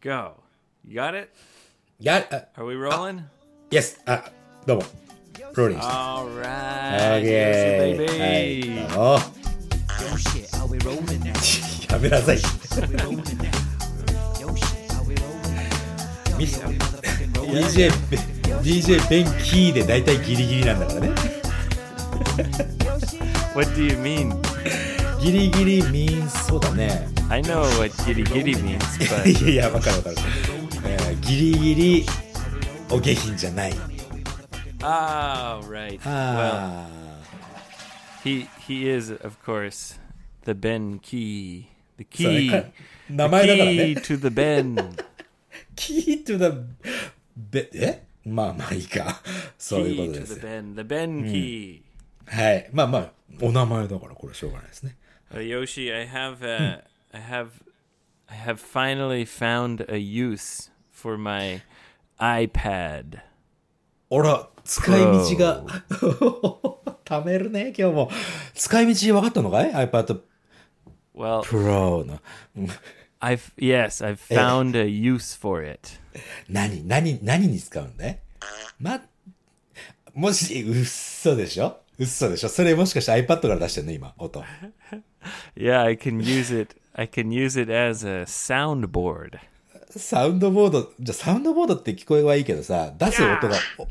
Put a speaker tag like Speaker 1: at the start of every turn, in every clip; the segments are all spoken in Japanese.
Speaker 1: Go. You got it?
Speaker 2: Yeah. Uh,
Speaker 1: Are we rolling?
Speaker 2: yes.あ、どうも。ローリングした。
Speaker 1: All right.
Speaker 2: オッケ
Speaker 1: Yes,
Speaker 2: ー。はい。
Speaker 1: baby.
Speaker 2: どうも
Speaker 3: Yo shit, how we rolling now?
Speaker 2: やめなさい。
Speaker 3: How we rolling now? Yo shit, how we rolling now? Yo, yo, we motherfucking rolling.
Speaker 2: DJ ベ、DJ ベンキーで大体ギリギリなんだからね。
Speaker 1: What do you mean?
Speaker 2: ギリギリ means そうだね。
Speaker 1: I know what giddy giddy means,
Speaker 2: い
Speaker 1: but
Speaker 2: やいや、わかるわかる。えーギリギリお下品じゃない。
Speaker 1: all right. Well,
Speaker 2: ああ。
Speaker 1: he he is of course the Ben Key, the
Speaker 2: そう
Speaker 1: key,
Speaker 2: ね名
Speaker 1: the
Speaker 2: 前だからね
Speaker 1: key。to the Ben.
Speaker 2: キー to the べえまあまあいいか。そうい
Speaker 1: key to
Speaker 2: うことで
Speaker 1: the
Speaker 2: す。
Speaker 1: Ben, the Ben Key.
Speaker 2: はい。まあまあ、お名前だからこれしょうがないですね。
Speaker 1: Uh, Yoshi, I have uh, I have I have finally found a use for my iPad.
Speaker 2: あら、使い道が。 貯めるね、今日も。使い道分かったのかい ?iPad
Speaker 1: Well,
Speaker 2: Pro の。うん
Speaker 1: I've yes, I've found a use for it.
Speaker 2: 何、何、何に使うんだいま、もし、嘘でしょ嘘でしょそれもしかして iPad から出してんの今、音。
Speaker 1: Yeah, I can use it. I can use it as a soundboard.
Speaker 2: サウンドボード、じゃあサウンドボードって聞こえはいいけどさ、出す音が、おお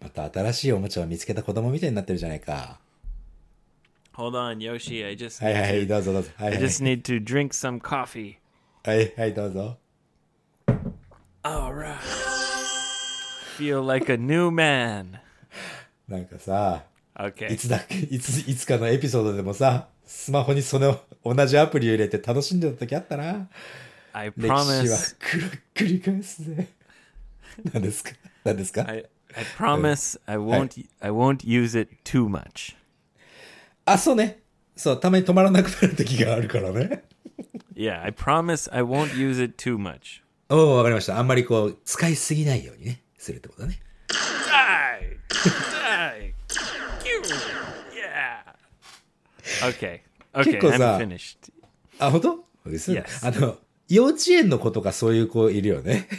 Speaker 2: また新しいおもちゃを見つけた子供みたいになってるじゃないか。
Speaker 1: Hold on, Yoshi. I just
Speaker 2: はいはいはい、どうぞどうぞ。はい
Speaker 1: I
Speaker 2: はい、
Speaker 1: just need to drink some coffee.
Speaker 2: はいはい、どうぞ。
Speaker 1: All right. Feel like a new man.
Speaker 2: なんかさ、い
Speaker 1: Okay.
Speaker 2: つだっけ、いつ、いつかのエピソードでもさ、スマホにその同じアプリを入れて楽しんでた時あったな。
Speaker 1: I
Speaker 2: 歴史は
Speaker 1: promise
Speaker 2: くる繰り返す ね。何ですか何ですか
Speaker 1: I I promise I won't I won't use it too much.
Speaker 2: あ、そうね。そう、たまに止まらなくなる時があるからね。
Speaker 1: Yeah, I promise I won't use it too much.
Speaker 2: おお、わかりました。あんまりこう、使いすぎないようにね、するってことだね。
Speaker 1: Die, die, You! yeah. Okay, okay,
Speaker 2: Kiko's
Speaker 1: I'm
Speaker 2: up.
Speaker 1: finished.
Speaker 2: あ、本当嘘
Speaker 1: Yes.
Speaker 2: あの、幼稚園の子とかそういう子いるよね。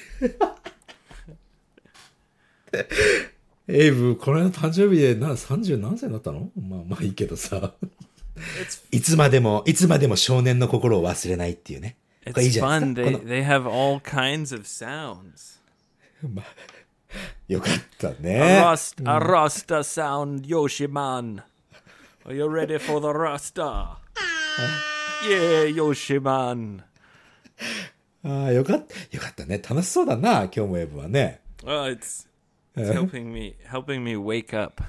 Speaker 2: エイブ、この間誕生日で、な、30何歳になったのまあまあいいけどさ。いつまでも、いつまでも少年の心を忘れないっていうね。これいい
Speaker 1: It's
Speaker 2: じゃない
Speaker 1: fun.
Speaker 2: です
Speaker 1: They
Speaker 2: か。こ
Speaker 1: they have all kinds of sounds.
Speaker 2: のよかった
Speaker 1: A
Speaker 2: ね。
Speaker 1: Rast, a Rasta sound, Yoshiman. Are you ready for the Rasta? Yeah, Yoshiman.
Speaker 2: ああ、よかった。よかったね。楽しそうだな、今日もエイブはね。
Speaker 1: Well, Oh, it's it's helping me helping me wake up.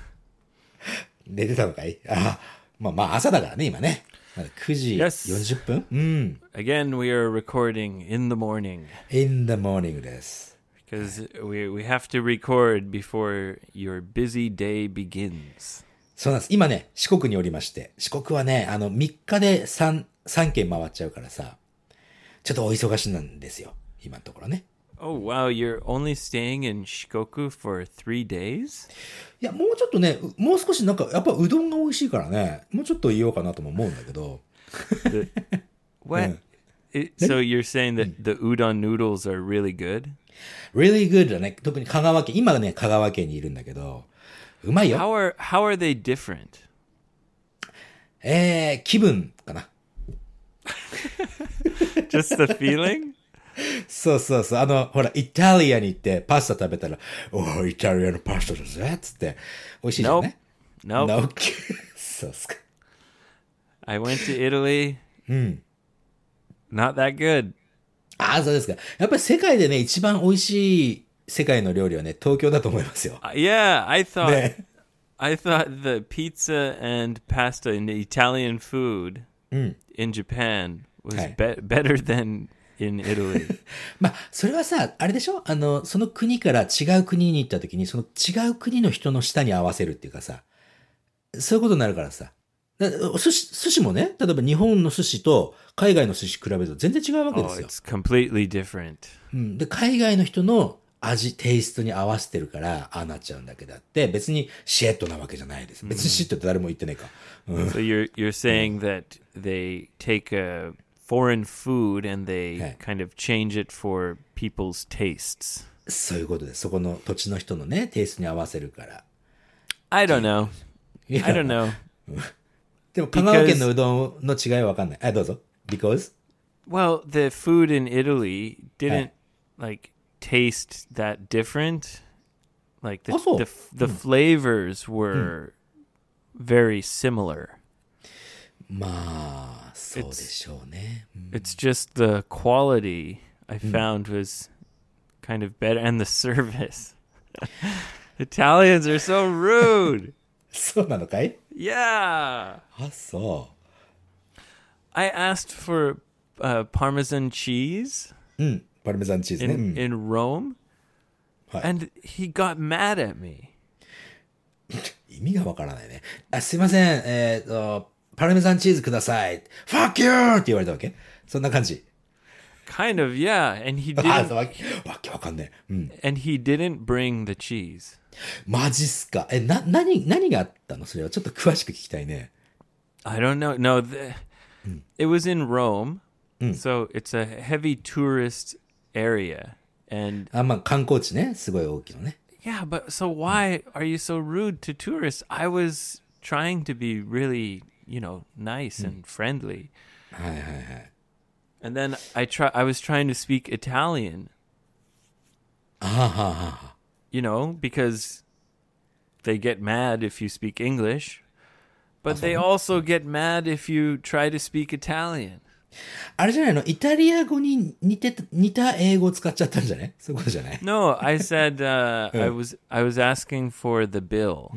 Speaker 2: 寝てたのかいああ、まあまあ朝だからね、今ね。まだ9時
Speaker 1: Yes.
Speaker 2: 40分、うん。
Speaker 1: Again, we are recording in the morning
Speaker 2: in the morning です。
Speaker 1: because we we have to record before your busy day begins.
Speaker 2: そうなんです。今ね、四国におりまして、四国はね、あの、3日で3、3軒回っちゃうからさ、ちょっとお忙しなんですよ。今のところね。
Speaker 1: Oh wow, you're only staying in Shikoku for 3 days?
Speaker 2: いや、もうちょっとね、うもう少しなんか、やっぱうどんが美味しいからね、もうちょっと言おうかなとも思うんだけど、
Speaker 1: What? It, so you're saying that the udon noodles are really good?
Speaker 2: really good だね。特に香川県、今ね、香川県にいるんだけど、うまいよ。
Speaker 1: How are how are they different?
Speaker 2: えー、気分かな。
Speaker 1: Just the feeling?
Speaker 2: そうそうそう。あの、ほら、イタリアに行ってパスタ食べたら、おーイタリアのパスタだぜっつって、美味しいじゃん
Speaker 1: Nope.
Speaker 2: ね。
Speaker 1: Nope.
Speaker 2: なおき そうっすか。
Speaker 1: I went to Italy. Not that good.
Speaker 2: ああ、そうですか。やっぱり世界でね、一番美味しい世界の料理はね、東京だと思いますよ。
Speaker 1: Uh, yeah, I thought
Speaker 2: ね。
Speaker 1: I thought the pizza and pasta and Italian food in Japan was
Speaker 2: Mm. Hey.
Speaker 1: be- better than in Italy.
Speaker 2: まあ、それはさ、あれでしょあの、その国から違う国に行った時に、その違う国の人の舌に合わせるっていうかさ、そういうことになるからさ。だお寿司、寿司もね、例えば日本の寿司と海外の寿司比べると全然違うわけで
Speaker 1: oh,
Speaker 2: すよ。
Speaker 1: it's completely different.
Speaker 2: うんで、海外の人の味、テイストに合わせてるから、ああなっちゃうんだけどあって、別にシエットなわけじゃないです。別にシエットって誰も言ってないか。うん
Speaker 1: So you're you're saying that they take a foreign food and they
Speaker 2: Hey.
Speaker 1: kind of change it for people's tastes.
Speaker 2: そういうことです。そこの土地の人のね、テイストに合わせるから。
Speaker 1: I don't know.
Speaker 2: いや
Speaker 1: I don't know.
Speaker 2: でも、香川県のうどんの違いはわかんない。あ、どうぞ。because?
Speaker 1: Well, the food in Italy didn't like taste that different. Like the
Speaker 2: Also,
Speaker 1: the, f- the flavors were very similar.
Speaker 2: まあ、そうでしょうね。
Speaker 1: It's just the quality I found was kind of better, and the service. Italians are so rude.
Speaker 2: そうなのかい
Speaker 1: yeah,
Speaker 2: あ、そ
Speaker 1: I asked for uh, Parmesan cheese
Speaker 2: う。うん。パルメザンチーズね。
Speaker 1: in
Speaker 2: うん
Speaker 1: in Rome,
Speaker 2: はい
Speaker 1: and he got mad at me.
Speaker 2: 意味がわからないね。あ、すいません。えっ、と、パルメザンチーズください。fuck you! って言われたわけそんな感じ。
Speaker 1: Kind of, yeah, and he
Speaker 2: あ、そ
Speaker 1: didn't.
Speaker 2: うわけわけわかんねえ。うん。
Speaker 1: And he didn't bring the cheese.
Speaker 2: マジっすか。え、な、何、何があったのそれはちょっと詳しく聞きたいね。
Speaker 1: I don't know. No, the, it was in Rome, so it's a heavy tourist area, and
Speaker 2: あ、まあ観光地ね。すごい大きいのね。
Speaker 1: Yeah, but so why are you so rude to tourists? I was trying to be really, you know, nice and friendly. And then I try I was trying to speak Italian,
Speaker 2: あははは。
Speaker 1: you know, because they get mad if you speak English, but they also get mad if you try to speak Italian.
Speaker 2: あれじゃないのイタリア語に似てた、似た英語を使っちゃったんじゃないそういうことじゃない
Speaker 1: No, I said uh, I was I was asking for the bill.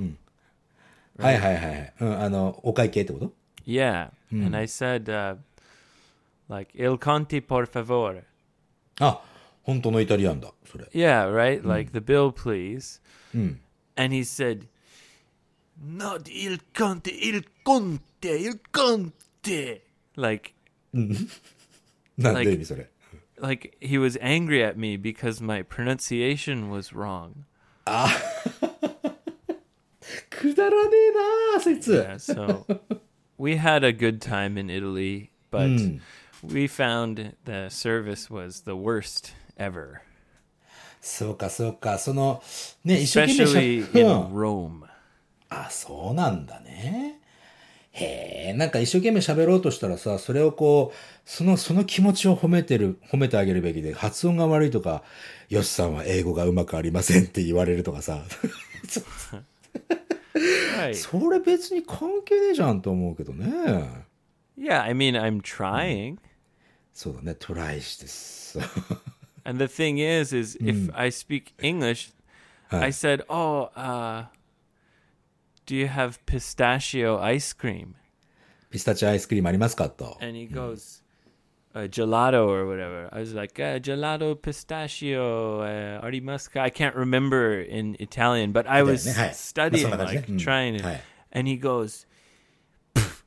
Speaker 2: はいはいはいはい。うん、あの、お会計ってこと
Speaker 1: Yeah, and I said uh, like Il Conti por favore.
Speaker 2: あ、本当のイタリアンだ、それ。
Speaker 1: Yeah, right? Like the bill, please. And he said, Not il conte, il conte, il conte. Like,
Speaker 2: なんて
Speaker 1: Like-
Speaker 2: 意味それ。
Speaker 1: like he was angry at me because my pronunciation was wrong.
Speaker 2: くだらねえなあ、そいつ。
Speaker 1: Yeah, so we had a good time in Italy, but we found the service was the worst ever,
Speaker 2: そうかそうか、その、ね、一生懸命しゃ
Speaker 1: especially
Speaker 2: うん
Speaker 1: in Rome.
Speaker 2: あ、そうなんだね。へえ、なんか一生懸命喋ろうとしたらさ、それをこう、その、その気持ちを褒めてる、褒めてあげるべきで、発音が悪いとか、よしさんは英語がうまくありませんって言われるとかさ、
Speaker 1: Right.
Speaker 2: それ別に関係ねえじゃんと思うけどね。
Speaker 1: Yeah, I mean, I'm trying.
Speaker 2: そうだね、トライして さ。
Speaker 1: And the thing is, is if I speak English, I said, "Oh, uh, do you have pistachio ice cream?"
Speaker 2: ピスタチオアイスクリームありますかと。
Speaker 1: And he goes, uh, "Gelato or whatever." I was like, uh, "Gelato pistachio uh, arimasca." I can't remember in Italian, but I was
Speaker 2: ね、はい。
Speaker 1: studying,
Speaker 2: まあ、そんな感じね。
Speaker 1: like
Speaker 2: うん。
Speaker 1: trying to.
Speaker 2: はい。
Speaker 1: And he goes, "Pff,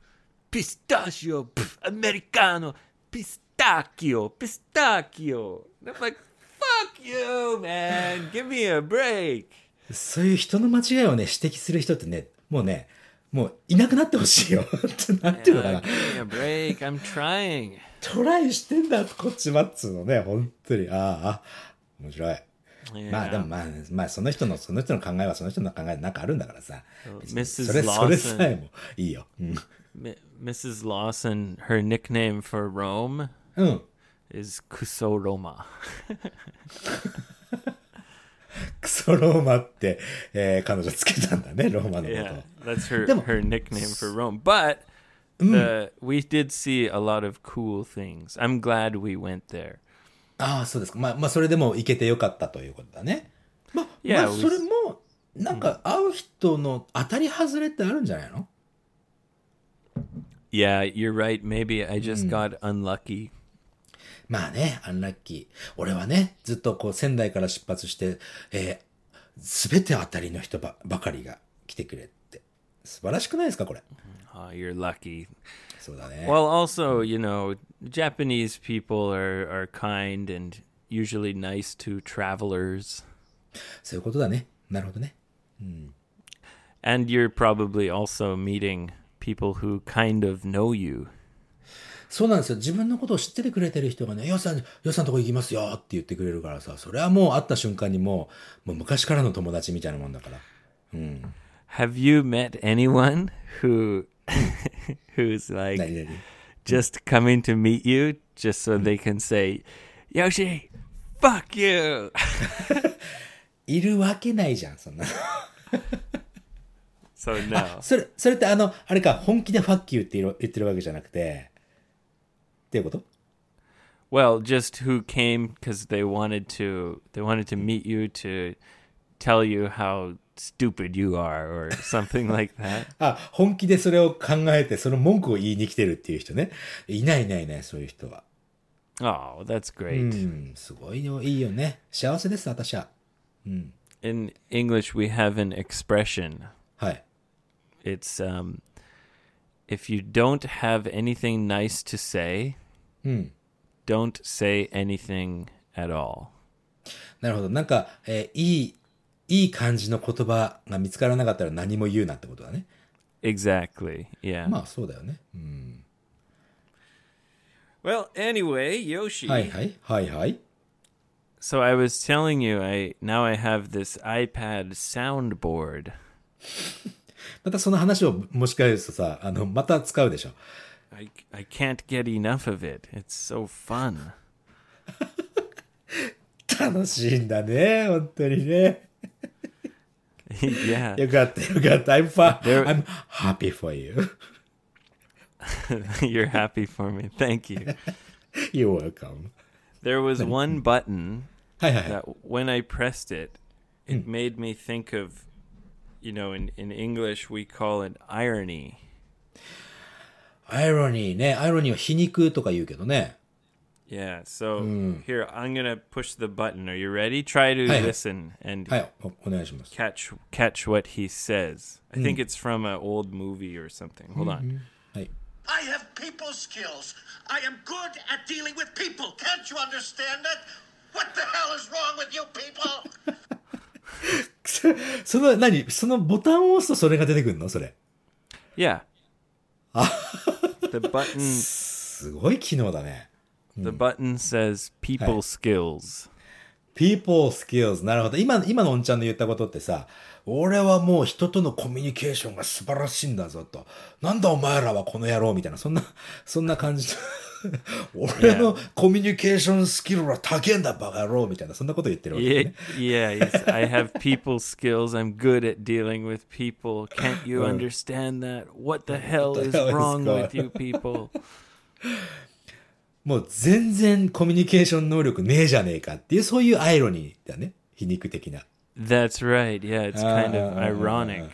Speaker 1: "Pistachio, pff, americano, pistachio, pistachio." And I'm like, "Fuck you, man! Give me a break."
Speaker 2: そういう人の間違いをね、指摘する人ってね、もうね、もういなくなってほしいよ。 なんていうのか
Speaker 1: Uh,
Speaker 2: な。
Speaker 1: give me a break. I'm trying.
Speaker 2: トライしてんだ、こっちはっつうのね、本当に。ああ、あ面白い。まあで
Speaker 1: Yeah.
Speaker 2: もまあ、まあその人の、その人の考えはその人の考えなんかあるんだからさ。そ
Speaker 1: Mrs.
Speaker 2: れ、それさ
Speaker 1: Lawson,
Speaker 2: えもいいよ。うん。
Speaker 1: Mi- Mrs. Lawson, her nickname for Rome
Speaker 2: うん。
Speaker 1: is Cuso Roma.
Speaker 2: クソローマって、えー彼女つけたんだね、ローマのこと。
Speaker 1: Yeah, that's her
Speaker 2: でも-
Speaker 1: her nickname for Rome. But the, we did see a lot of cool things. I'm glad we went there.
Speaker 2: ああ、そうですか。まあ、まあ、それでも行けてよかったということだね。まあ、
Speaker 1: いや
Speaker 2: まあ、それも、なんか、会う人の当たり外れってあるんじゃないの
Speaker 1: Yeah, you're right. Maybe I just got unlucky.
Speaker 2: まあね、アンラッキー。俺はね、ずっとこう、仙台から出発して、えすべて当たりの人ばばかりが来てくれって。素晴らしくないですか、これ。
Speaker 1: Oh, you're lucky.
Speaker 2: そうだね。
Speaker 1: Well, also, you know, Japanese people are are kind and usually nice to travelers.
Speaker 2: そういうことだね。なるほどね。
Speaker 1: And you're probably also meeting people who kind of know you.
Speaker 2: そうなんですよ。自分のことを知っててくれてる人がね、よさん、よさんとこ行きますよって言ってくれるからさ、それはもう会った瞬間にもう、もう昔からの友達みたいなもんだから。うん。
Speaker 1: Have you met anyone who who's like
Speaker 2: 何々
Speaker 1: just coming to meet you just so they can say, Yoshi, fuck you?
Speaker 2: いるわけないじゃん、そんな。
Speaker 1: So no.
Speaker 2: それ、それってあの、あれか、本気でファッキューって言う言ってるわけじゃなくて、っていうこと
Speaker 1: Well, just who came because they wanted to they wanted to meet you to tell you how stupid you are or something like that.
Speaker 2: あ、本気でそれを考えて、その文句を言いに来てるっていう人ね。いないいないいない、そういう人は。
Speaker 1: Oh, that's
Speaker 2: う
Speaker 1: great.
Speaker 2: ん、すごいよ、いいよね。幸せです、私は。
Speaker 1: In English, we have an expression.
Speaker 2: はい。
Speaker 1: It's um, if you don't have anything nice to say, don't say anything at all.
Speaker 2: なるほど。なんか、えーいい、いい感じの言葉が見つからなかったら何も言うなってことだね。
Speaker 1: Exactly. Yeah.
Speaker 2: まあ、そうだよね。うん
Speaker 1: Well, anyway, Yoshi.
Speaker 2: はいはい、はいはい。
Speaker 1: So I was telling you, I now I have this iPad soundboard.
Speaker 2: またその話をもしかするとさ、あの、また使うでしょ。
Speaker 1: I, I can't get enough of it. It's so fun.
Speaker 2: 楽しいんだね、本当にね。
Speaker 1: yeah.
Speaker 2: よかったよかった。I'm, fa-
Speaker 1: There-
Speaker 2: I'm happy for you.You're
Speaker 1: You're happy for me. Thank you.
Speaker 2: welcome.
Speaker 1: There was one button
Speaker 2: はいはいはい。
Speaker 1: that when I pressed it, it
Speaker 2: Hmm.
Speaker 1: made me think of, you know, in, in English we call it irony.
Speaker 2: アイロニーね。アイロニーは皮肉とか言うけどね。
Speaker 1: Yeah. So here, I'm going to push the button. Are you ready? Try to
Speaker 2: Hmm. Hi.
Speaker 1: listen and
Speaker 2: はい、おお願いします。
Speaker 1: catch catch what he says. I think
Speaker 2: Hmm.
Speaker 1: it's from an old movie or something. Hold
Speaker 2: Mm-hmm.
Speaker 1: on.
Speaker 2: はい。
Speaker 4: I have people skills. I am good at dealing with people. Can't you understand that? What the hell is wrong with you people?
Speaker 2: その、何そのボタンを押すとそれが出てくるのそれ。
Speaker 1: Yeah. the button
Speaker 2: すごい機能だね。
Speaker 1: the
Speaker 2: Hmm.
Speaker 1: button says people skills.
Speaker 2: people skills なるほど今今のおんちゃんの言ったことってさ俺はもう人とのコミュニケーションが素晴らしいんだぞとなんだお前らはこの野郎みたいなそんなそんな感じ俺のコミュニケーションスキルは高えんだバカ野郎みたいなそんなこと言ってるわけ、
Speaker 1: Yeah,
Speaker 2: ね、
Speaker 1: yeah. Yes. I have people skills. I'm good at dealing with people. Can't you understand that? What the hell
Speaker 2: the
Speaker 1: is
Speaker 2: hell is
Speaker 1: wrong
Speaker 2: going-
Speaker 1: with you people?
Speaker 2: もう全然コミュニケーション能力ねえじゃねえかっていうそういうアイロニーだね皮肉的な
Speaker 1: That's right. Yeah, it's kind of
Speaker 2: Ah, ah, ah,
Speaker 1: ironic.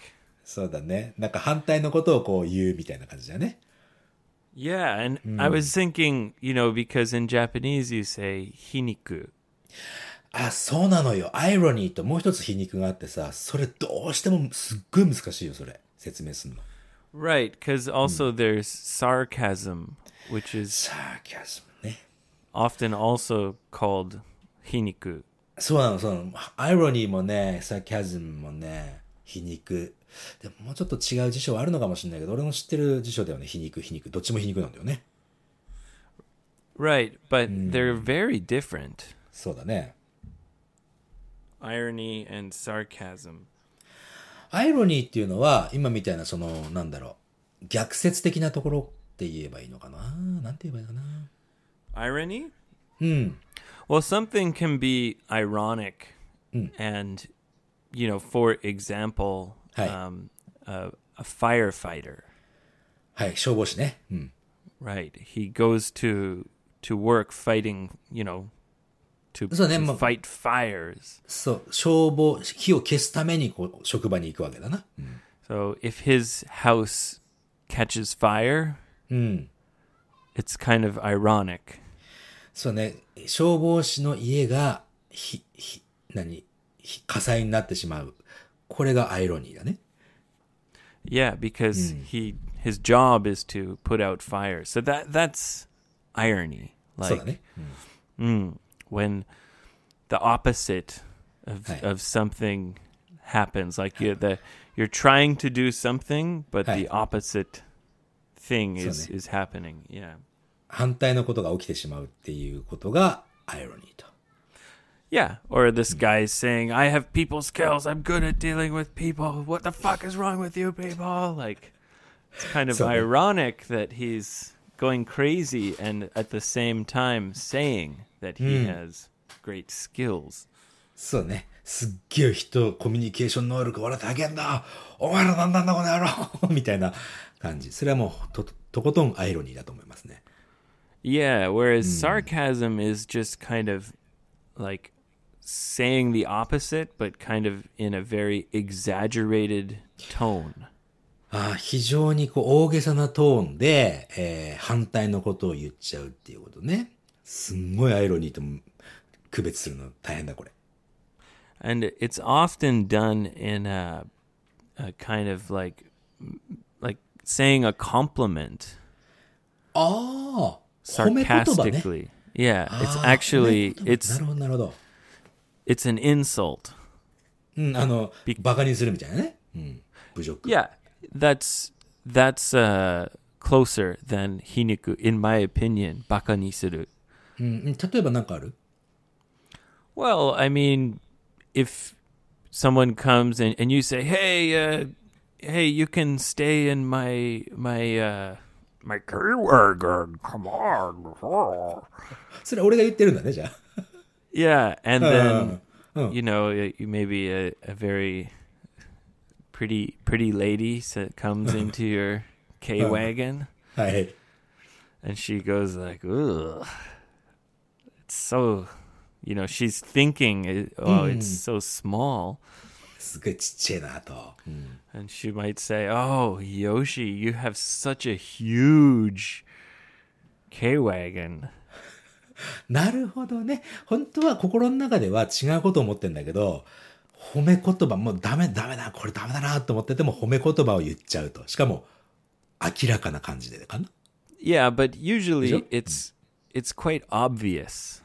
Speaker 2: そうだねなんか反対のことをこう言うみたいな感じだね
Speaker 1: Yeah, and I was
Speaker 2: Hmm.
Speaker 1: thinking, you know, because in Japanese you say hiniku.
Speaker 2: あ、そうなのよ。アイロニーともう一つ皮肉があってさ、それどうしてもすっごい難しいよ、それ。説明するの。
Speaker 1: Right, because also
Speaker 2: Hmm.
Speaker 1: there's sarcasm, which is
Speaker 2: サーキャスムね。
Speaker 1: often also called hiniku.
Speaker 2: そうなの、そうなの。アイロニーもね、サーキャズムもね、皮肉。でももうちょっと違う辞書はあるのかもしれないけど、俺の知ってる辞書ではね、皮肉、皮肉。どっちも皮肉なんだよね。
Speaker 1: Right, but they're
Speaker 2: Hmm.
Speaker 1: very different.
Speaker 2: そうだね。
Speaker 1: Irony and sarcasm.
Speaker 2: アイロニーっていうのは、今みたいなその、なんだろう。逆説的なところって言えばいいのかななんて言えばいいのかな
Speaker 1: Irony? Well, something can be ironic, and, you know, for example,
Speaker 2: Hi.
Speaker 1: um, a, a firefighter.
Speaker 2: はい、消防士ね。うん。
Speaker 1: Right. He goes to to work fighting, you know, to,
Speaker 2: So then-
Speaker 1: to fight fires.
Speaker 2: そう、消防、火を消すためにこう、職場に行くわけだな。
Speaker 1: So if his house catches fire, it's kind of ironic.
Speaker 2: そうね、消防士の家が、ひ、ひ、何、ひ火災になってしまう。これがアイロニーだね。
Speaker 1: Yeah, because he his job is to put out fires. So that that's irony.
Speaker 2: そう
Speaker 1: Like
Speaker 2: だね。
Speaker 1: when the opposite of
Speaker 2: Hi.
Speaker 1: of something happens, like you the you're trying to do something, but
Speaker 2: Hi.
Speaker 1: the opposite thing is
Speaker 2: Something.
Speaker 1: is happening. Yeah.
Speaker 2: あ反対のことが起きてしまうっていうことがアイロニーと。
Speaker 1: Yeah, or this guy saying, "I have people skills. I'm good at dealing with people. What the fuck is wrong with you people?" Like, it's kind of
Speaker 2: So-
Speaker 1: ironic that he's going crazy and at the same time saying that he has great skills.
Speaker 2: そうね。すっげえ人、コミュニケーション能力俺だけんだお前らなんなんだこの野郎 みたいな感じ。それはもうと、とことんアイロニーだと思いますね。
Speaker 1: Yeah, whereas sarcasm is just kind of like saying the opposite, but kind of in a very exaggerated tone.
Speaker 2: ああ非常にこう大げさなトーンで、えー反対のことを言っちゃうっていうことね。すんごいアイロニーと区別するの大変だ、これ。
Speaker 1: and it's often done in a, a kind of like like saying a compliment
Speaker 2: ああ褒め言葉ね。
Speaker 1: sarcastically yeah
Speaker 2: ああ
Speaker 1: it's actually
Speaker 2: 褒め言葉
Speaker 1: it's
Speaker 2: なるほど、なるほど。
Speaker 1: it's an insult
Speaker 2: うん、あの
Speaker 1: び、
Speaker 2: バカにするみたいなね。うん。侮辱。
Speaker 1: yeah that's that's uh closer than hiniku in my opinion baka ni suru
Speaker 2: うんうん例えばなんかある
Speaker 1: Well, I mean, if someone comes and, and you say, "Hey, uh, hey, you can stay in my my uh, my keyword, come on,"
Speaker 2: それ俺が言ってるんだね、じゃあ。
Speaker 1: yeah, and then
Speaker 2: Oh.
Speaker 1: you know y- you maybe a, a very pretty pretty lady sa- comes into your K wagon
Speaker 2: はい。
Speaker 1: and she goes like, "Ugh, it's so," you know, she's thinking, "Oh, it's so small."
Speaker 2: すごいちっちゃいなと。
Speaker 1: And she might say, Oh, Yoshi, you have such a huge K Wagon.
Speaker 2: なるほどね。本当は心の中では違うことを思ってんだけど、褒め言葉、もうダメダメだ、これダメだなと思ってても褒め言葉を言っちゃうと。しかも、明らかな感じでかな。
Speaker 1: Yeah, but
Speaker 2: Is
Speaker 1: usually
Speaker 2: it?
Speaker 1: it's it's quite obvious.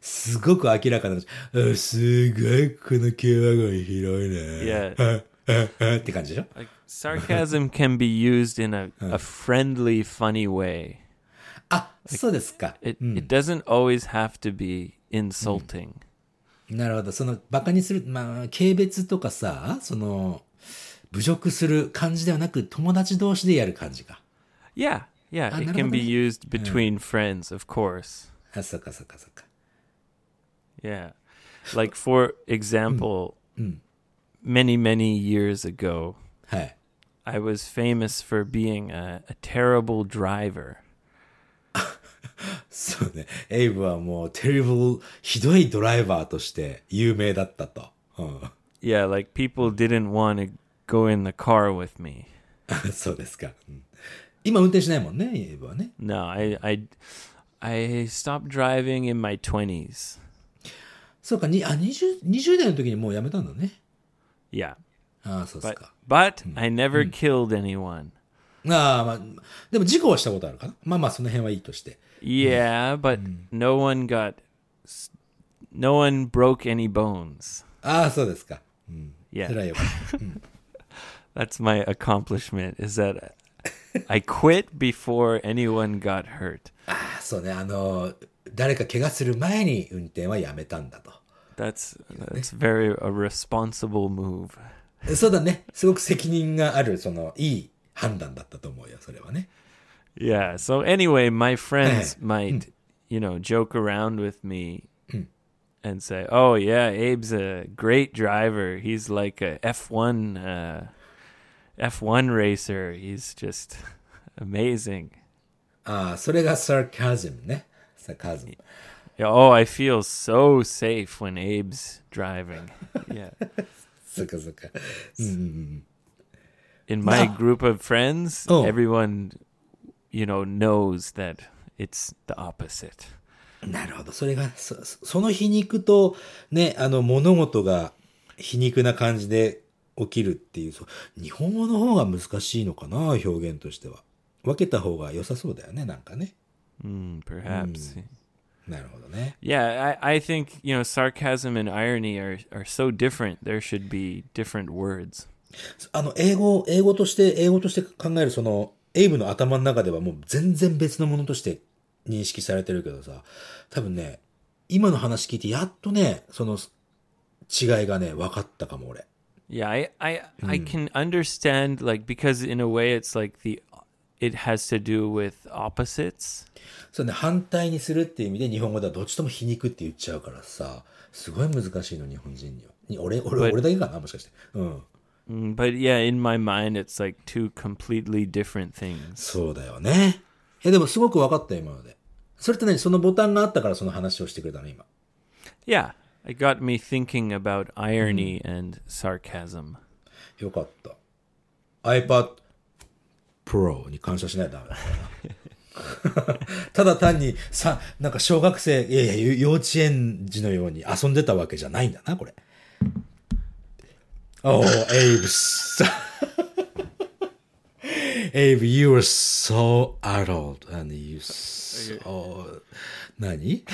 Speaker 2: すごく明らかな感じ。うんすごい、この毛はが広いね。
Speaker 1: いや
Speaker 2: あああって感じでしょ
Speaker 1: Like sarcasm can be used in a, a friendly, funny way.
Speaker 2: あ、そうですか。
Speaker 1: It it doesn't always have to be insulting.
Speaker 2: なるほど。その、馬鹿にする、まあ、軽蔑とかさ、その、侮辱する感じではなく、友達同士でやる感じか。
Speaker 1: Yeah, yeah.
Speaker 2: Ah,
Speaker 1: It can be
Speaker 2: narukane.
Speaker 1: used between friends, of course.
Speaker 2: あ、そっかそっかそっか。
Speaker 1: Yeah. Like for example, many, many years ago,
Speaker 2: はい。
Speaker 1: I was famous for being a, a terrible driver.
Speaker 2: そうね。エイブはもう、テレブル、ひどいドライバーとして有名だったと。う
Speaker 1: Yeah, like people didn't want to go in the car with me.
Speaker 2: ん。 そうですか、うん今運転しないもんね、エイブはね。
Speaker 1: No, I I I stopped driving in my 20s.
Speaker 2: そうか、にあ 20, 20代の時にもうやめたんだね。
Speaker 1: Yeah.
Speaker 2: ああ、そうです
Speaker 1: But
Speaker 2: か。
Speaker 1: but I never killed anyone.
Speaker 2: ああ、まあ、でも事故はしたことあるかな。まあまあ、その辺はいいとして。
Speaker 1: Yeah, but no one got s- no one broke any bones.
Speaker 2: ああ、そうですか。それは
Speaker 1: Yeah.
Speaker 2: よかった。
Speaker 1: That's my accomplishment is that I quit before anyone got hurt.
Speaker 2: そうね、あの、誰か怪我する前に運転はやめたんだと。
Speaker 1: That's that's very a responsible move.
Speaker 2: そうだね。すごく責任がある、その、いい判断だったと思うよ、それはね。
Speaker 1: Yeah. So anyway, my friends might, you know, joke around with me and say, "Oh yeah, Abe's a great driver. He's like a F1 uh, F1 racer. He's just amazing."
Speaker 2: ああ、それがサーカズムね。サーカズム。
Speaker 1: Yeah, Oh, I feel so safe when Abe's driving. Yeah.
Speaker 2: そっかそっか。うんうんうん。
Speaker 1: In my
Speaker 2: Nah.
Speaker 1: group of friends,
Speaker 2: Oh.
Speaker 1: everyone, you know, knows that it's the opposite.
Speaker 2: なるほど。それが、そその皮肉と、ね、あの、物事が皮肉な感じで起きるっていう、そう日本語の方が難しいのかな、表現としては。分けた方が良さそうだよね、なんかね。
Speaker 1: Mm, perhaps.
Speaker 2: なるほどね。
Speaker 1: Yeah, I, I think you know sarcasm and irony are are so different. There should be different words.
Speaker 2: あの、英語、英語として、英語として考える、その、エイブの頭の中ではもう全然別のものとして認識されてるけどさ、多分ね、今の話聞いてやっとね、その違いがね、分かったかも俺。
Speaker 1: Yeah, I I, I can understand like because in a way it's like the it has to do with opposites.
Speaker 2: そうね、反対にするっていう意味で日本語ではどっちとも皮肉って言っちゃうからさ、すごい難しいの、日本人には。に俺、俺、
Speaker 1: But-
Speaker 2: 俺だけかな、もしかして。うん。
Speaker 1: Mm, But yeah, in my mind it's like two completely different things.
Speaker 2: そうだよね。え、でもすごく分かったよ、今ので。それって何そのボタンがあったからその話をしてくれたの、今。
Speaker 1: Yeah. It got me thinking about irony and sarcasm.
Speaker 2: よかった。iPad Pro に感謝しないとダメだな ただ単にさ、なんか小学生、いやいや、幼幼稚園児のように遊んでたわけじゃないんだな、これ。Oh, Abe. Abe, you are so adult and you so... 何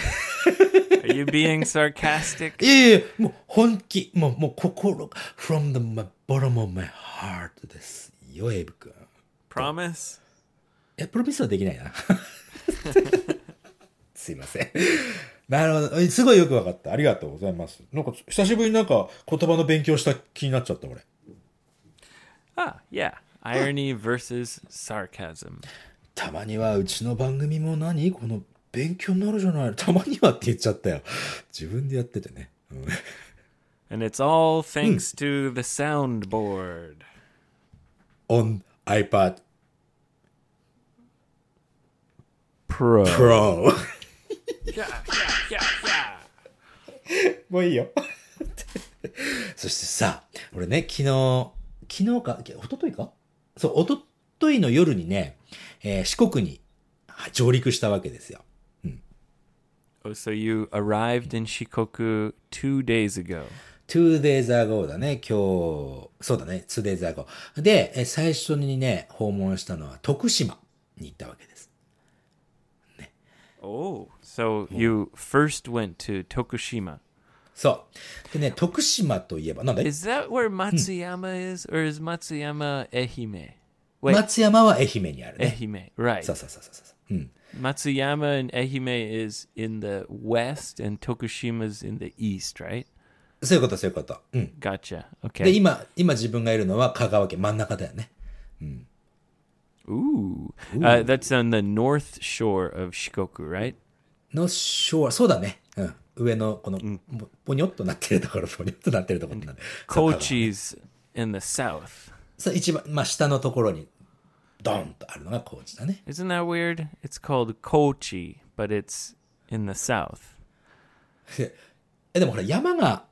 Speaker 1: Are you being sarcastic?
Speaker 2: いやいやいやもう本気、もう、もう心が、from the my bottom of my heart ですよ、エイブ君。
Speaker 1: Promise?
Speaker 2: え、プロミスはできない な。すいません。なるほど。えすごいよくわかった。ありがとうございます。なんか、久しぶりになんか言葉の勉強した気になっちゃった、俺。
Speaker 1: Ah, yeah. Irony versus sarcasm.
Speaker 2: たまにはうちの番組も何この勉強になるじゃない。たまにはって言っちゃったよ。自分でやっててね。うん
Speaker 1: And it's all thanks to the soundboard.
Speaker 2: on iPad
Speaker 1: Pro.
Speaker 2: Pro。
Speaker 1: Yeah, yeah, yeah, yeah.
Speaker 2: もういいよ。 そしてさ、俺ね、昨日、昨日か、おとといかそう、おとといの夜にね、えー四国にはい上陸したわけですよ。
Speaker 1: Oh, so you arrived in Shikoku two days ago.
Speaker 2: two days ago だね、今日、そうだね、two days ago。で、えー最初にね、訪問したのは徳島に行ったわけです。
Speaker 1: Oh, so you first went to Tokushima.
Speaker 2: そう。でね、徳島といえば、なんだい
Speaker 1: Is that where Matsuyama is, or is Matsuyama Ehime? Wait,
Speaker 2: 松山は愛媛にあるね。
Speaker 1: Ehime, right?
Speaker 2: そうそうそうそうそう。うん。
Speaker 1: Matsuyama and Ehime is in the west, and Tokushima's in the east, right?
Speaker 2: そういうこと、そういうこと。うん。
Speaker 1: Gotcha.
Speaker 2: で、
Speaker 1: Okay.
Speaker 2: 今、今自分がいるのは香川県真ん中だよね。
Speaker 1: Ooh, Uh, that's on the north shore of Shikoku, right?
Speaker 2: の昭和、そうだね。うん。上の、この、ぼぽにょっとなってるところ、 ぽにょっとなってるところってなんだ。
Speaker 1: Kochi's in the south.
Speaker 2: そう、一番、まあ、下のところに、ドーンとあるのが高知だね。
Speaker 1: Isn't that weird? It's called Kochi, but it's in the south.
Speaker 2: え、でもほら、山が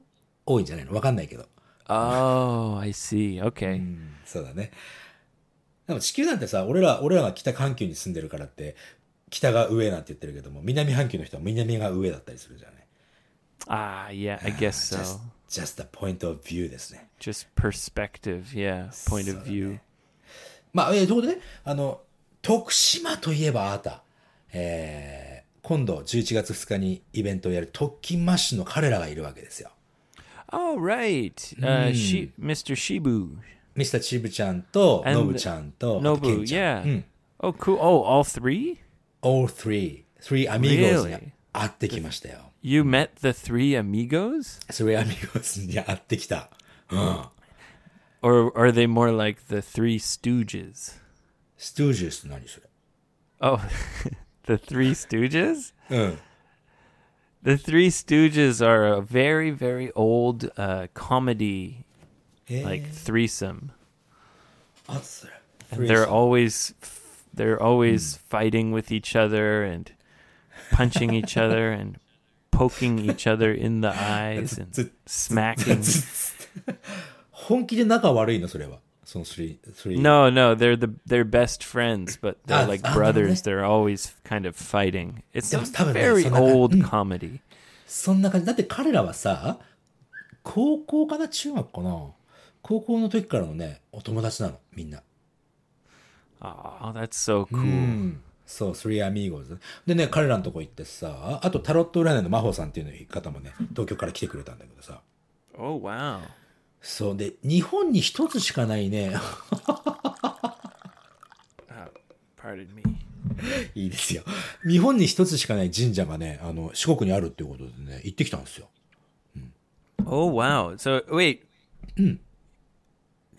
Speaker 2: 多いんじゃないのわかんないけど。
Speaker 1: Oh, I see. Okay.
Speaker 2: そうだね。でも地球なんてさ、俺ら、俺らが北半球に住んでるからって、北が上なんて言ってるけども、南半球の人は南が上だったりするじゃない。
Speaker 1: Ah, yeah, I guess so.
Speaker 2: just, just the point of view ですね。
Speaker 1: Just perspective, yeah, point of view.
Speaker 2: まあ、えー、ということでね、あの、徳島といえばあなた、えー、今度11月2日にイベントをやる特訓マッシュの彼らがいるわけですよ。
Speaker 1: All right. Uh, she, Mr. Shibu.
Speaker 2: ミスターチーブちゃんと、
Speaker 1: And-
Speaker 2: ノブちゃんと、あとケン
Speaker 1: Nobu,
Speaker 2: ちゃん
Speaker 1: yeah. Oh, cool. Oh, all three?
Speaker 2: all three, three amigos に
Speaker 1: Really?
Speaker 2: 会ってきましたよ。
Speaker 1: You met the three amigos?
Speaker 2: three amigos に会ってきた。うん。
Speaker 1: Or are they more like the three stooges?
Speaker 2: ストゥージュスって何それ
Speaker 1: Oh, the three stooges?
Speaker 2: うん。
Speaker 1: The Three Stooges are a very, very old uh, comedy,
Speaker 2: えー
Speaker 1: like threesome.
Speaker 2: あ、それ。
Speaker 1: And they're always, f- they're always
Speaker 2: Hmm.
Speaker 1: fighting with each other and punching each other and poking each other in the eyes and smacking.
Speaker 2: 本気で仲悪いのそれは。その three, three.
Speaker 1: No, no, they're the they're best friends, but
Speaker 2: Ah,
Speaker 1: they're like
Speaker 2: ah,
Speaker 1: brothers.
Speaker 2: okay.
Speaker 1: They're always kind of fighting. It's a
Speaker 2: That was probably
Speaker 1: very
Speaker 2: something like-
Speaker 1: old
Speaker 2: mm.
Speaker 1: comedy.
Speaker 2: そんな感じ。だって彼らはさ、高校かな中学かな高校の時からのね、お友達なの、みんな。
Speaker 1: Oh, that's so
Speaker 2: Hmm.
Speaker 1: cool.
Speaker 2: そう、Three Amigos。でね、彼らのとこ行ってさ、あとタロット占いの真帆さんっていう方もね、東京から来てくれたんだけどさ。
Speaker 1: Oh wow.
Speaker 2: そう、で、日本に一つしかないね、
Speaker 1: Pardon me.
Speaker 2: いいですよ。日本に一つしかない神社がね、あの、四国にあるっていうことでね、行ってきたんですよ。
Speaker 1: Oh wow. So wait.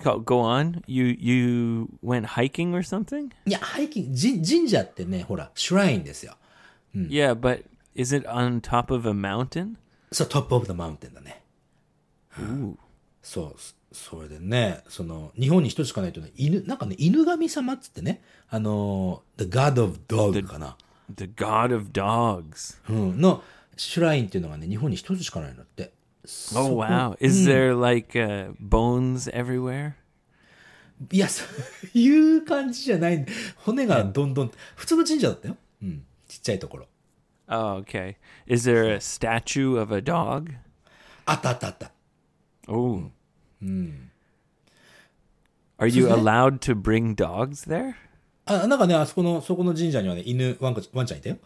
Speaker 1: Go, go on. You you went hiking or something?
Speaker 2: いや、ハイキング、神神社ってね、ほら、シュラインですよ。
Speaker 1: Yeah, but is it on top of a mountain?
Speaker 2: そう、トップオブザマウンテンだね。
Speaker 1: Ooh.
Speaker 2: そう、そそれでね、その、日本に一つしかないとね、犬、なんかね、犬神様っつってね、あのー、The God of Dog かな。
Speaker 1: The god of dogs.
Speaker 2: うん、の、シュラインっていうのがね、日本に一つしかないんだって。
Speaker 1: Oh wow. Is there like uh, bones everywhere?
Speaker 2: いや、そういう感じじゃない。骨がどんどん、普通の神社だったよ。うん、ちっちゃいところ。
Speaker 1: Oh, okay. Is there a statue of a dog?
Speaker 2: あったあったあった。
Speaker 1: Oh. Are you allowed to bring dogs there?
Speaker 2: あ、なんかね、あそこの、そこの神社にはね、犬、ワンコワンちゃんいたよ。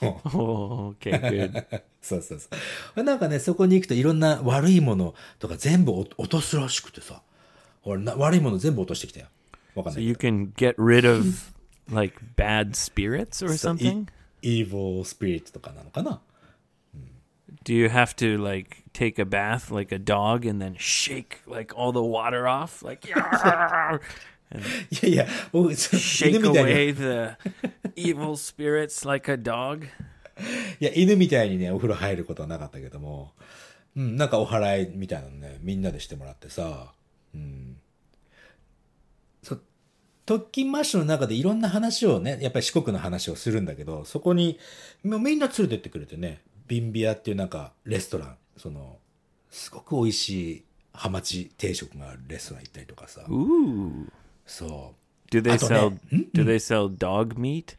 Speaker 1: Oh, okay, good.
Speaker 2: そうそうそう。なんかね、そこに行くといろんな悪いものとか全部お落とすらしくてさ。俺な、悪いもの全部落としてきたよ。わかん
Speaker 1: So
Speaker 2: ないけ
Speaker 1: you
Speaker 2: ど。
Speaker 1: can get rid of like bad spirits or something?
Speaker 2: イ evil spirit とかなのかな
Speaker 1: Do you have to like take a bath like a dog and then shake like all the water off? Like "Yarr!"
Speaker 2: いやいや、僕、そう犬
Speaker 1: shake
Speaker 2: みたいに、い
Speaker 1: away the evil spirits like a dog?
Speaker 2: や、犬みたいにね、お風呂入ることはなかったけども、うん、なんかお祓いみたいなのね、みんなでしてもらってさ、うん。そ特勤マッシュの中でいろんな話をね、やっぱり四国の話をするんだけど、そこに、もうみんな連れてってくれてね、ビンビアっていうなんかレストラン、その、すごく美味しいハマチ定食があるレストラン行ったりとかさ、
Speaker 1: Ooh.
Speaker 2: そう。
Speaker 1: Do they
Speaker 2: あとね
Speaker 1: sell do they sell dog meat?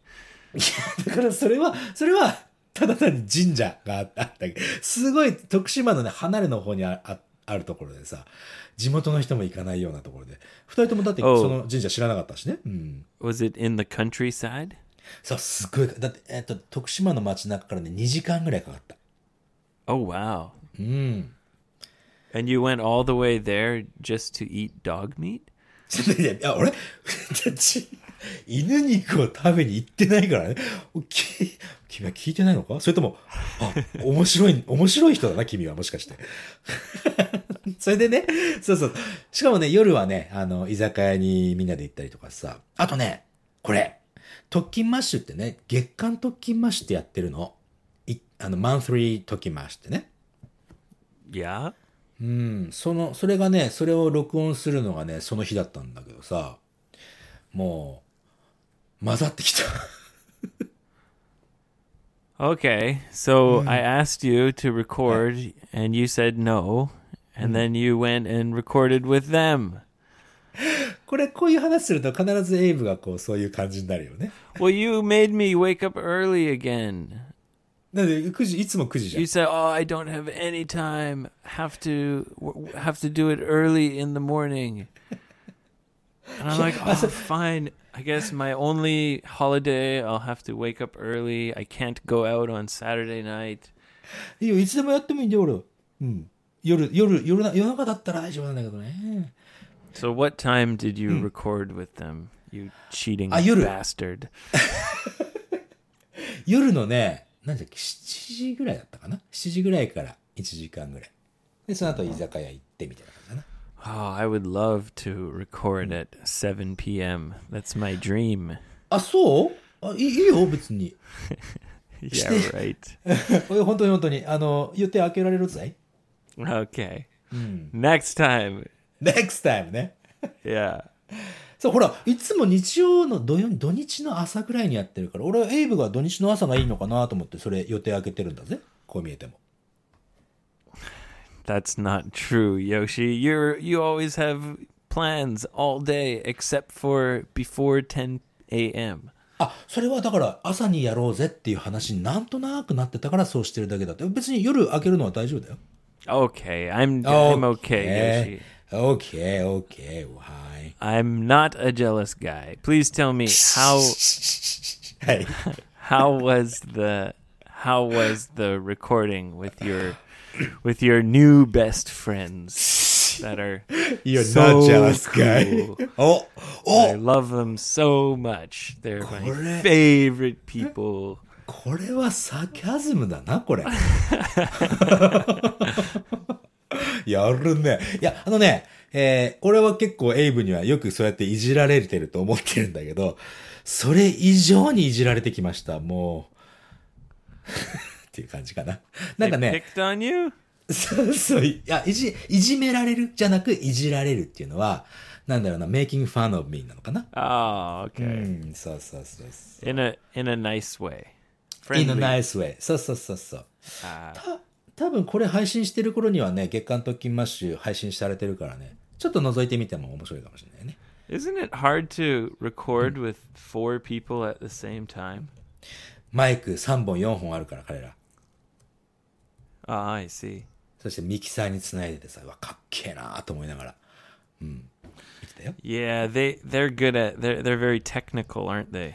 Speaker 2: だからそれは、それは、ただ単に神社があったあったけど、すごい徳島のね、離れの方にあああるところでさ、地元の人も行かないようなところで、二人ともだって
Speaker 1: おう
Speaker 2: その神社知らなかったしね。うん。
Speaker 1: Was it in the countryside?
Speaker 2: そう、すごい、だって、えっと、徳島の街中からね、2時間ぐらいかかった。
Speaker 1: Oh wow. Mm. And you went all the way there just to eat dog meat?
Speaker 2: ちょっといや、いや 俺、だち犬肉を食べに行ってないからね。おき君は聞いてないのかそれとも、あ、面白い、面白い人だな、君は、もしかして。 それでね、そうそう。しかもね、夜はね、あの、居酒屋にみんなで行ったりとかさ。あとね、これ、特勤マッシュってね、月間特勤マッシュってやってるの。いあの、マンスリー特勤マッシュってね。
Speaker 1: Yeah.
Speaker 2: その、それがね、それを録音するのがね、その日だったんだけどさ、もう、混ざってきた。
Speaker 1: Okay, so I asked you to record, and you said no, and then you went and recorded with them.
Speaker 2: これ、こういう話すると必ずエイブがこう、そういう感じになるよね。
Speaker 1: Well, you made me wake up early again.
Speaker 2: なんで、9時、いつも9時じゃん
Speaker 1: You。said, "Oh, I don't have any time. Have to w- w- have to do it early in the morning." And I'm like, "Oh, fine. I guess my only holiday, I'll have to wake up early. I can't go out on Saturday night."
Speaker 2: いいよ、いつでもやってもいいんだよ、俺。うん。夜、夜、夜な、夜中だったら大丈夫なんだけどね。
Speaker 1: So, what time did you record with them? You cheating
Speaker 2: Ah, you're-
Speaker 1: bastard.
Speaker 2: 夜のね、なんだっけ、7時ぐらいだったかな ?7 時ぐらいから1時間ぐらい。で、その後居酒屋行ってみたいな感じだな。
Speaker 1: Oh, I would love to record at 7 p.m. That's my dream.
Speaker 2: あ、そうあいいいいよ、別に。
Speaker 1: Yeah, right.
Speaker 2: おい本当に本当に、あの、予定開けられるぜい
Speaker 1: Okay. Next time.
Speaker 2: ?next time ね。
Speaker 1: Yeah.
Speaker 2: そう、ほら、いつも日曜の土曜、土日の朝ぐらいにやってるから、俺はエイブが土日の朝がいいのかなと思って、それ予定開けてるんだぜ。こう見えても。
Speaker 1: That's not true, Yoshi. You're you always have plans all day except for before 10 a.m.
Speaker 2: あ、それはだから朝にやろうぜっていう話になんとなくなってたからそうしてるだけだって。別に夜開けるのは大丈夫だよ。
Speaker 1: Okay, I'm I'm okay, Yoshi.
Speaker 2: OK, OK, why?
Speaker 1: I'm not a jealous guy. Please tell me how
Speaker 2: はい。
Speaker 1: how was the how was the recording with your with your new best friends? that are
Speaker 2: You're
Speaker 1: so
Speaker 2: not jealous, guy.
Speaker 1: cool.
Speaker 2: Oh,
Speaker 1: I
Speaker 2: oh、
Speaker 1: love them so much. They're my
Speaker 2: これ。
Speaker 1: favorite people.
Speaker 2: これはサキャズムだな、これ。 やるね。いや、あのね、えー俺は結構エイブにはよくそうやっていじられてると思ってるんだけど、それ以上にいじられてきました、もう。っていう感 じかな。なんか
Speaker 1: They
Speaker 2: ね、
Speaker 1: picked on you.
Speaker 2: そうそう、いや、いじ、いじめられるじゃなく、いじられるっていうのは、なんだろうな、making fun of me なのかな。
Speaker 1: Oh,
Speaker 2: う
Speaker 1: okay.
Speaker 2: ん、そうそうそうそう。
Speaker 1: In a in a nice way.
Speaker 2: Hmm. in
Speaker 1: Friendly.
Speaker 2: a nice way. そうそうそうそう。
Speaker 1: Ah,
Speaker 2: た多分これ配信してる頃にはね、月刊特勤マッシュ配信されてるからね、ちょっと覗いてみても面白いかもしれないね。
Speaker 1: isn't it hard to record with four people at the same time?
Speaker 2: マイク3本4本あるから彼ら。
Speaker 1: Ah, I see.
Speaker 2: そしてミキサーにつないでてさ、うわ、かっけえなーと思いながら。うん。見てたよ。
Speaker 1: Yeah, they they're good at they're they're very technical, aren't they?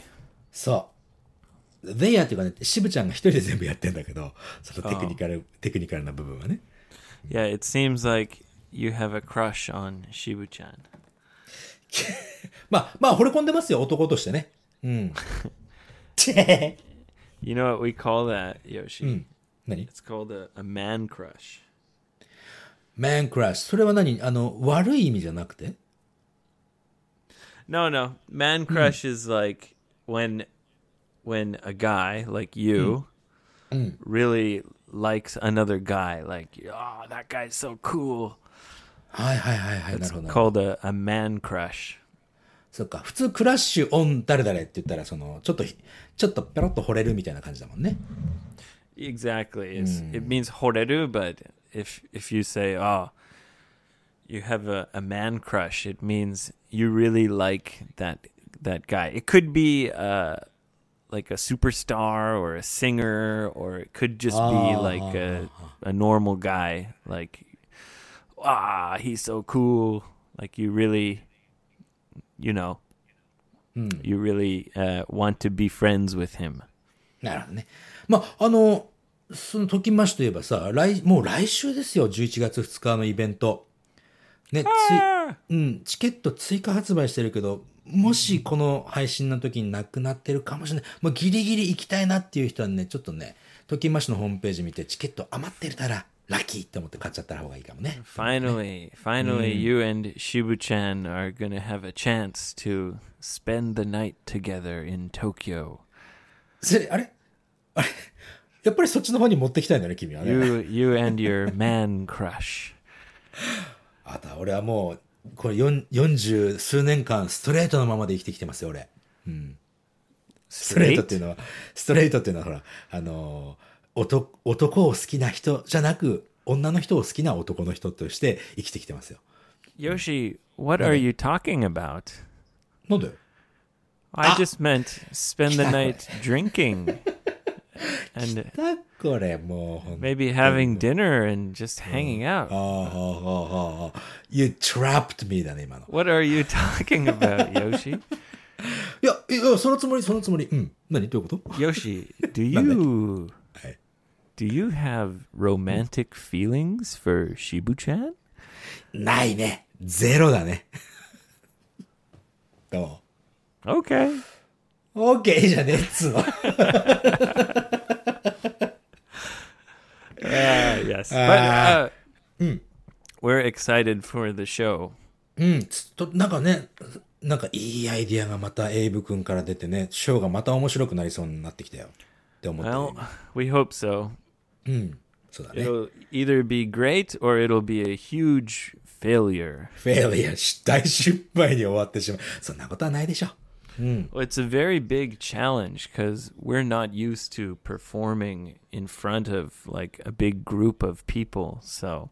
Speaker 2: そう。ゼイヤーっていうかね、渋ちゃんが一人で全部やってんだけど、そのテクニカル、テクニカルな部分はね。
Speaker 1: Yeah, it seems like you have a crush on Shibu-chan.
Speaker 2: まあ、まあ、惚れ込んでますよ、男としてね。うん。
Speaker 1: You know what we call that, Yoshi?
Speaker 2: 何
Speaker 1: It's called a, a man crush.
Speaker 2: マンクラッシュ。それは何あの、悪い意味じゃなくて
Speaker 1: No, no. Man crush is like when when a guy like you really likes another guy, like oh that guy's so cool.
Speaker 2: はいはいはいはい、なる
Speaker 1: It's
Speaker 2: ほど。
Speaker 1: called a, a man crush.
Speaker 2: そっか、普通クラッシュオン誰々って言ったら、その、ちょっとひ、ちょっとペロッと惚れるみたいな感じだもんね。
Speaker 1: Exactly. It's, It means horeru, but if if you say oh you have a, a man crush, it means you really like that that guy. It could be uh like a superstar or a singer, or it could just be like a a normal guy. Like ah, he's so cool. Like you really, you know, you really uh, want to be friends with him.
Speaker 2: なるほどね。まあ、あの、その、時ましといえばさ、来、もう来週ですよ、11月2日のイベント。ね、
Speaker 1: Ah.
Speaker 2: つい、うん、チケット追加発売してるけど、もしこの配信の時になくなってるかもしれない。もうギリギリ行きたいなっていう人はね、ちょっとね、時ましのホームページ見て、チケット余ってたら、ラッキーって思って買っちゃった方がいいかもね。
Speaker 1: Finally, finally, you and Shibu-chan are gonna have a chance to spend the night together in Tokyo.
Speaker 2: それ、あれあれやっぱりそっちの方に持ってきたいんだね、君はね。
Speaker 1: You, you and your man crush.
Speaker 2: あとは俺はもう、これ四40数年間ストレートのままで生きてきてますよ、俺。ストレートっていうのは、ストレートっていうのはほら、あのー男、男を好きな人じゃなく、女の人を好きな男の人として生きてきてますよ。
Speaker 1: Yoshi, what are you talking about?
Speaker 2: なんで
Speaker 1: I
Speaker 2: Ah.
Speaker 1: just meant spend the night drinking and
Speaker 2: だ、これもうほんと、
Speaker 1: maybe having dinner and just hanging out.
Speaker 2: ああ、ああ、ああ、You trapped me だね、今の。
Speaker 1: What are you talking about, Yoshi?
Speaker 2: いや、いや、そのつもり、そのつもり。うん。何どういうこと
Speaker 1: Yoshi, do you
Speaker 2: Hey.
Speaker 1: do you have romantic feelings for Shibu-chan?
Speaker 2: ないね。ゼロだね。 どう
Speaker 1: Okay.
Speaker 2: OK じゃねえっつうの。
Speaker 1: yes. but uh, we're excited for the show.
Speaker 2: うん、つと、なんかね、なんかいいアイディアがまたエイブ君から出てね、ショーがまた面白くなりそうになってきたよ。って思ってる
Speaker 1: Well, we hope so.
Speaker 2: そうだね。
Speaker 1: It'll either be great or it'll be a huge failure.
Speaker 2: フェリアし、大失敗に終わってしまう。そんなことはないでしょ。
Speaker 1: Well, It's a very big challenge because we're not used to performing in front of like a big group of people. So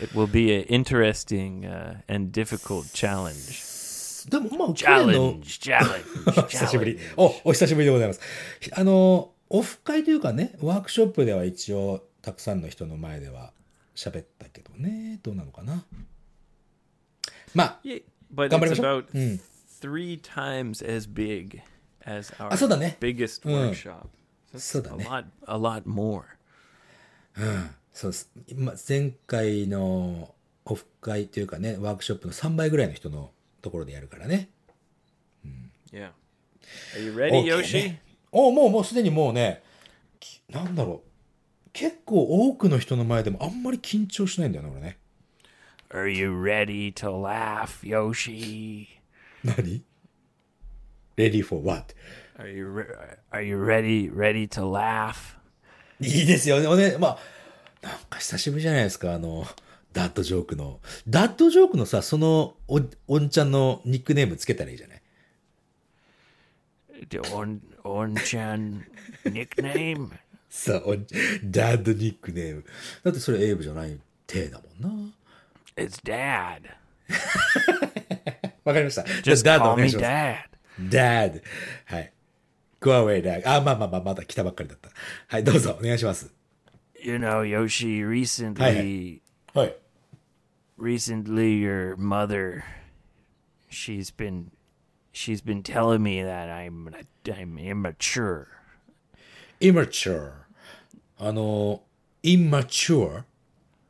Speaker 1: it will be an interesting uh, and difficult challenge.
Speaker 2: でも、まあ、去年の、
Speaker 1: Challenge, challenge,
Speaker 2: 久しぶり
Speaker 1: challenge.。
Speaker 2: お、お久しぶりでございます。あの、オフ会というかね、ワークショップでは一応、たくさんの人の前では喋ったけどね、どうなのかな。まあ、
Speaker 1: Yeah, but it's
Speaker 2: 頑張りましょう。
Speaker 1: about three times as big as our
Speaker 2: あ、そうだね。
Speaker 1: biggest
Speaker 2: うん。
Speaker 1: workshop. That's
Speaker 2: そうだ
Speaker 1: a
Speaker 2: ね。
Speaker 1: lot, a lot more.
Speaker 2: そうです。ま前回のオフ会というかね、ワークショップの3倍ぐらいの人のところでやるからね。
Speaker 1: Yeah. Are you ready,
Speaker 2: OK ね
Speaker 1: Yoshi?
Speaker 2: おもう、もうすでにもうね、きなんだろう。結構多くの人の前でもあんまり緊張しないんだよね、俺ね。
Speaker 1: Are you ready to laugh, Yoshi?
Speaker 2: 何 ?Ready for what?
Speaker 1: Are you re- are you ready ready to laugh?
Speaker 2: いいですよね。おね、まあ、なんか久しぶりじゃないですか、あの、ダッドジョークの。ダッドジョークのさ、そのお、おんちゃんのニックネームつけたらいいじゃない
Speaker 1: On Onchan nickname.
Speaker 2: さあ、おんダッドニックネーム。だってそれエイブじゃない体だもんな。
Speaker 1: It's Dad.
Speaker 2: わかりました。
Speaker 1: Just
Speaker 2: じゃあダッド
Speaker 1: call
Speaker 2: お願
Speaker 1: me
Speaker 2: いします。
Speaker 1: Dad.
Speaker 2: ダッド。はい。go away, dad. あ、まあまあまあ、まだ来たばっかりだった。はい、どうぞ、お願いします。
Speaker 1: You know, Yoshi. Recently,
Speaker 2: Hi. はい。
Speaker 1: recently, your mother, she's been, she's been telling me that I'm, I'm immature.
Speaker 2: immature あの immature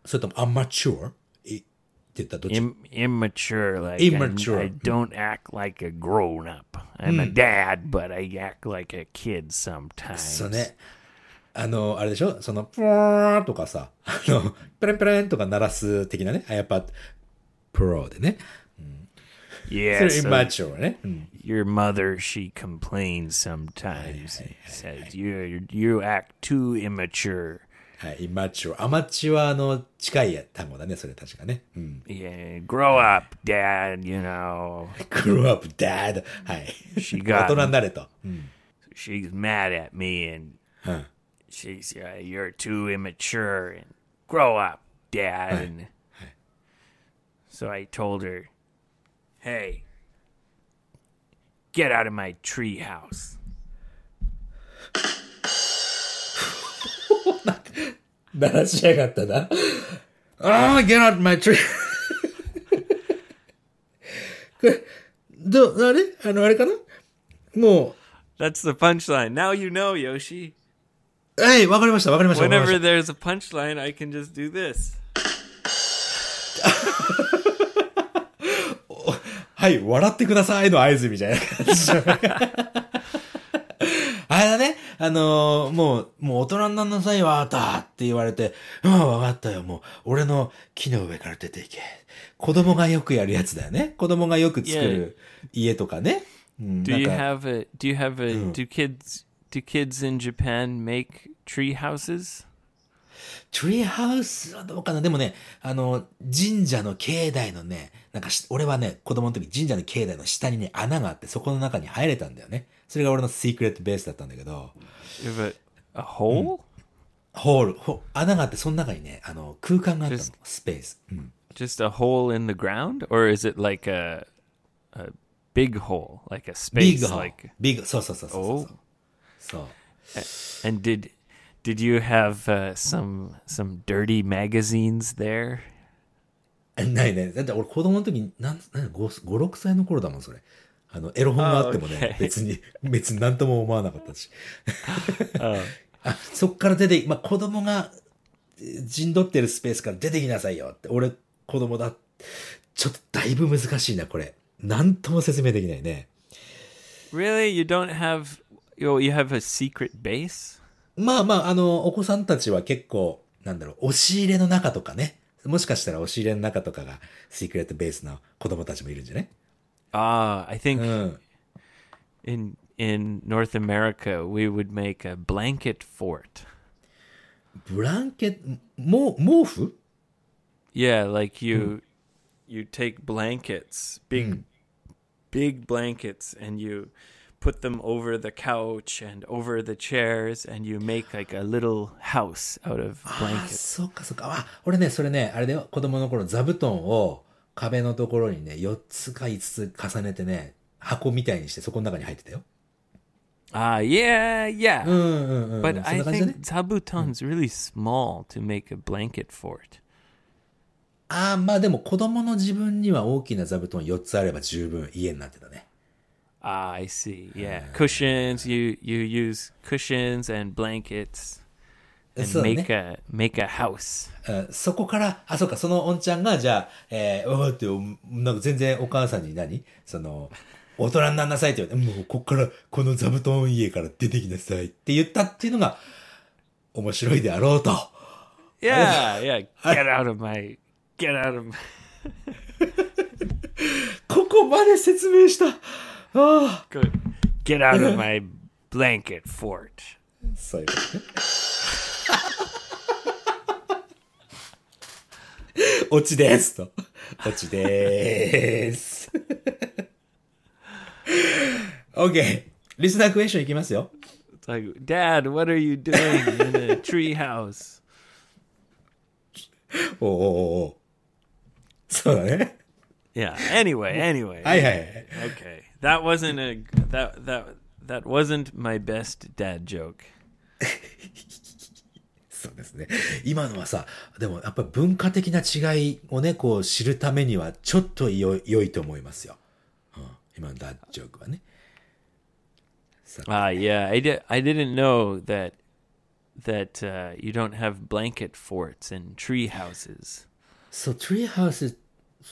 Speaker 2: それとも amateur いって言ったらどっち
Speaker 1: Im- immature, like I'm,
Speaker 2: Immature.
Speaker 1: I don't act like a grown up. I'm a dad, but I act like a kid sometimes.
Speaker 2: そうねあのあれでしょそのプーとかさあのプレンプレンとか鳴らす的なねあやっぱプロでね
Speaker 1: yeah,
Speaker 2: それ
Speaker 1: so
Speaker 2: immature ね、うん
Speaker 1: your mother, she complains sometimes. says you, you you act too immature.
Speaker 2: はい、immature アマチュアの近い単語だねそれ確かね、うん、
Speaker 1: Yeah, grow up, dad. You know,
Speaker 2: grow up dad はい
Speaker 1: she got
Speaker 2: 大人になれと、うん
Speaker 1: she's mad at me and
Speaker 2: Huh.
Speaker 1: she's uh, you're too immature and grow up dad and so i told her hey get out of my tree house
Speaker 2: 鳴らしやがったな。ああ、get out my tree! これ、どう、あれあの、あれかなも
Speaker 1: that's the punchline now you know yoshi
Speaker 2: う、はい、わかりました、わかりました。わかりまし
Speaker 1: whenever there's
Speaker 2: た
Speaker 1: a punchline i can just do this
Speaker 2: はい、笑ってくださいの合図みたいな感じ。あれだね、あのーもう、もう大人になりなさいよ、あなたって言われて、うん、わかったよ、もう、俺の木の上から出ていけ。子供がよくやるやつだよね。子供がよく作る家とかね。うん、
Speaker 1: do
Speaker 2: なん
Speaker 1: you
Speaker 2: か
Speaker 1: have a do you have a do kids do kids in japan make tree houses
Speaker 2: トリーハウスはどうかなでもね、あの、神社の境内のね、なんかし、俺はね、子供の時神社の境内の下にね、穴があって、そこの中に入れたんだよね。それが俺のシークレットベースだったんだけど、
Speaker 1: you have a, a hole
Speaker 2: ホール、ほ穴があって、その中にね、あの、空間があったの、スペース。うん。
Speaker 1: just a hole in the ground or is it like a a big hole like a
Speaker 2: ビッ
Speaker 1: space
Speaker 2: グホール
Speaker 1: like。
Speaker 2: ビッグ、そうそうそうそうそう。
Speaker 1: Oh.
Speaker 2: そう。
Speaker 1: and did did you have uh, some some dirty magazines there
Speaker 2: えないね。だって俺子供の時に、なん、なん、5、6歳の頃だもん、それ。あの、エロ本があってもね、
Speaker 1: あ OK
Speaker 2: 別に、別に何とも思わなかったし。 あそっから出て、まあ、子供がえー陣取ってるスペースから出てきなさいよって。俺、子供だ。ちょっとだいぶ難しいな、これ。なんとも説明できないね。
Speaker 1: really you don't have you you have a secret base
Speaker 2: まあまあ、あの、お子さんたちは結構、なんだろう、押し入れの中とかね。もしかしたら押し入れの中とかが、シークレットベースの子供たちもいるんじゃない
Speaker 1: ah i think
Speaker 2: うん。
Speaker 1: in in north america we would make a blanket fort
Speaker 2: ブランケット、も、毛布
Speaker 1: yeah like you you take blankets big big blankets and you put them over the couch and over the chairs and you make like a little house out of
Speaker 2: あ
Speaker 1: blankets
Speaker 2: そっかそっか。あ、俺ね、それね、あれだよ、子供の頃、座布団を壁のところにね、4つか5つ重ねてね、箱みたいにして、そこの中に入ってたよ。
Speaker 1: ah yeah yeah
Speaker 2: うんうんうん。
Speaker 1: but
Speaker 2: そん
Speaker 1: i
Speaker 2: な感じだね
Speaker 1: think。zabuton's really small to make a blanket fort
Speaker 2: ああ、まあでも子供の自分には大きな座布団4つあれば十分家になってたね。
Speaker 1: ah i see yeah cushions you you use cushions and blankets and
Speaker 2: そうね
Speaker 1: make a make a house.
Speaker 2: うんそこから、あ、そうか、そのおんちゃんが、じゃあ、えー、うわーって、なんか全然お母さんに何その、大人になんなさいって言われて、もうこっから、この座布団家から出てきなさいって言ったっていうのが、面白いであろうと。
Speaker 1: Yeah, yeah. Get out of my get out of my
Speaker 2: ここまで説明した。ああ。
Speaker 1: go- get out of my blanket fort.
Speaker 2: そういう ことね。オチですと。オチでーす。OK。リスナークエスチョンいきますよ。
Speaker 1: It's like, Dad, what are you doing in a tree house?
Speaker 2: おーおーおーそうだね。
Speaker 1: Yeah. Anyway, anyway.
Speaker 2: はいはいはい。
Speaker 1: Okay. That wasn't a that that that wasn't my best dad joke.
Speaker 2: そうですね。今のはさ、でもやっぱり文化的な違いをね、こう知るためにはちょっとよ良いと思いますよ。うん、今のダッジョークはね。
Speaker 1: Ah, yeah. I did I didn't know that that uh, you don't have blanket forts and tree houses.
Speaker 2: そう、トリーハウス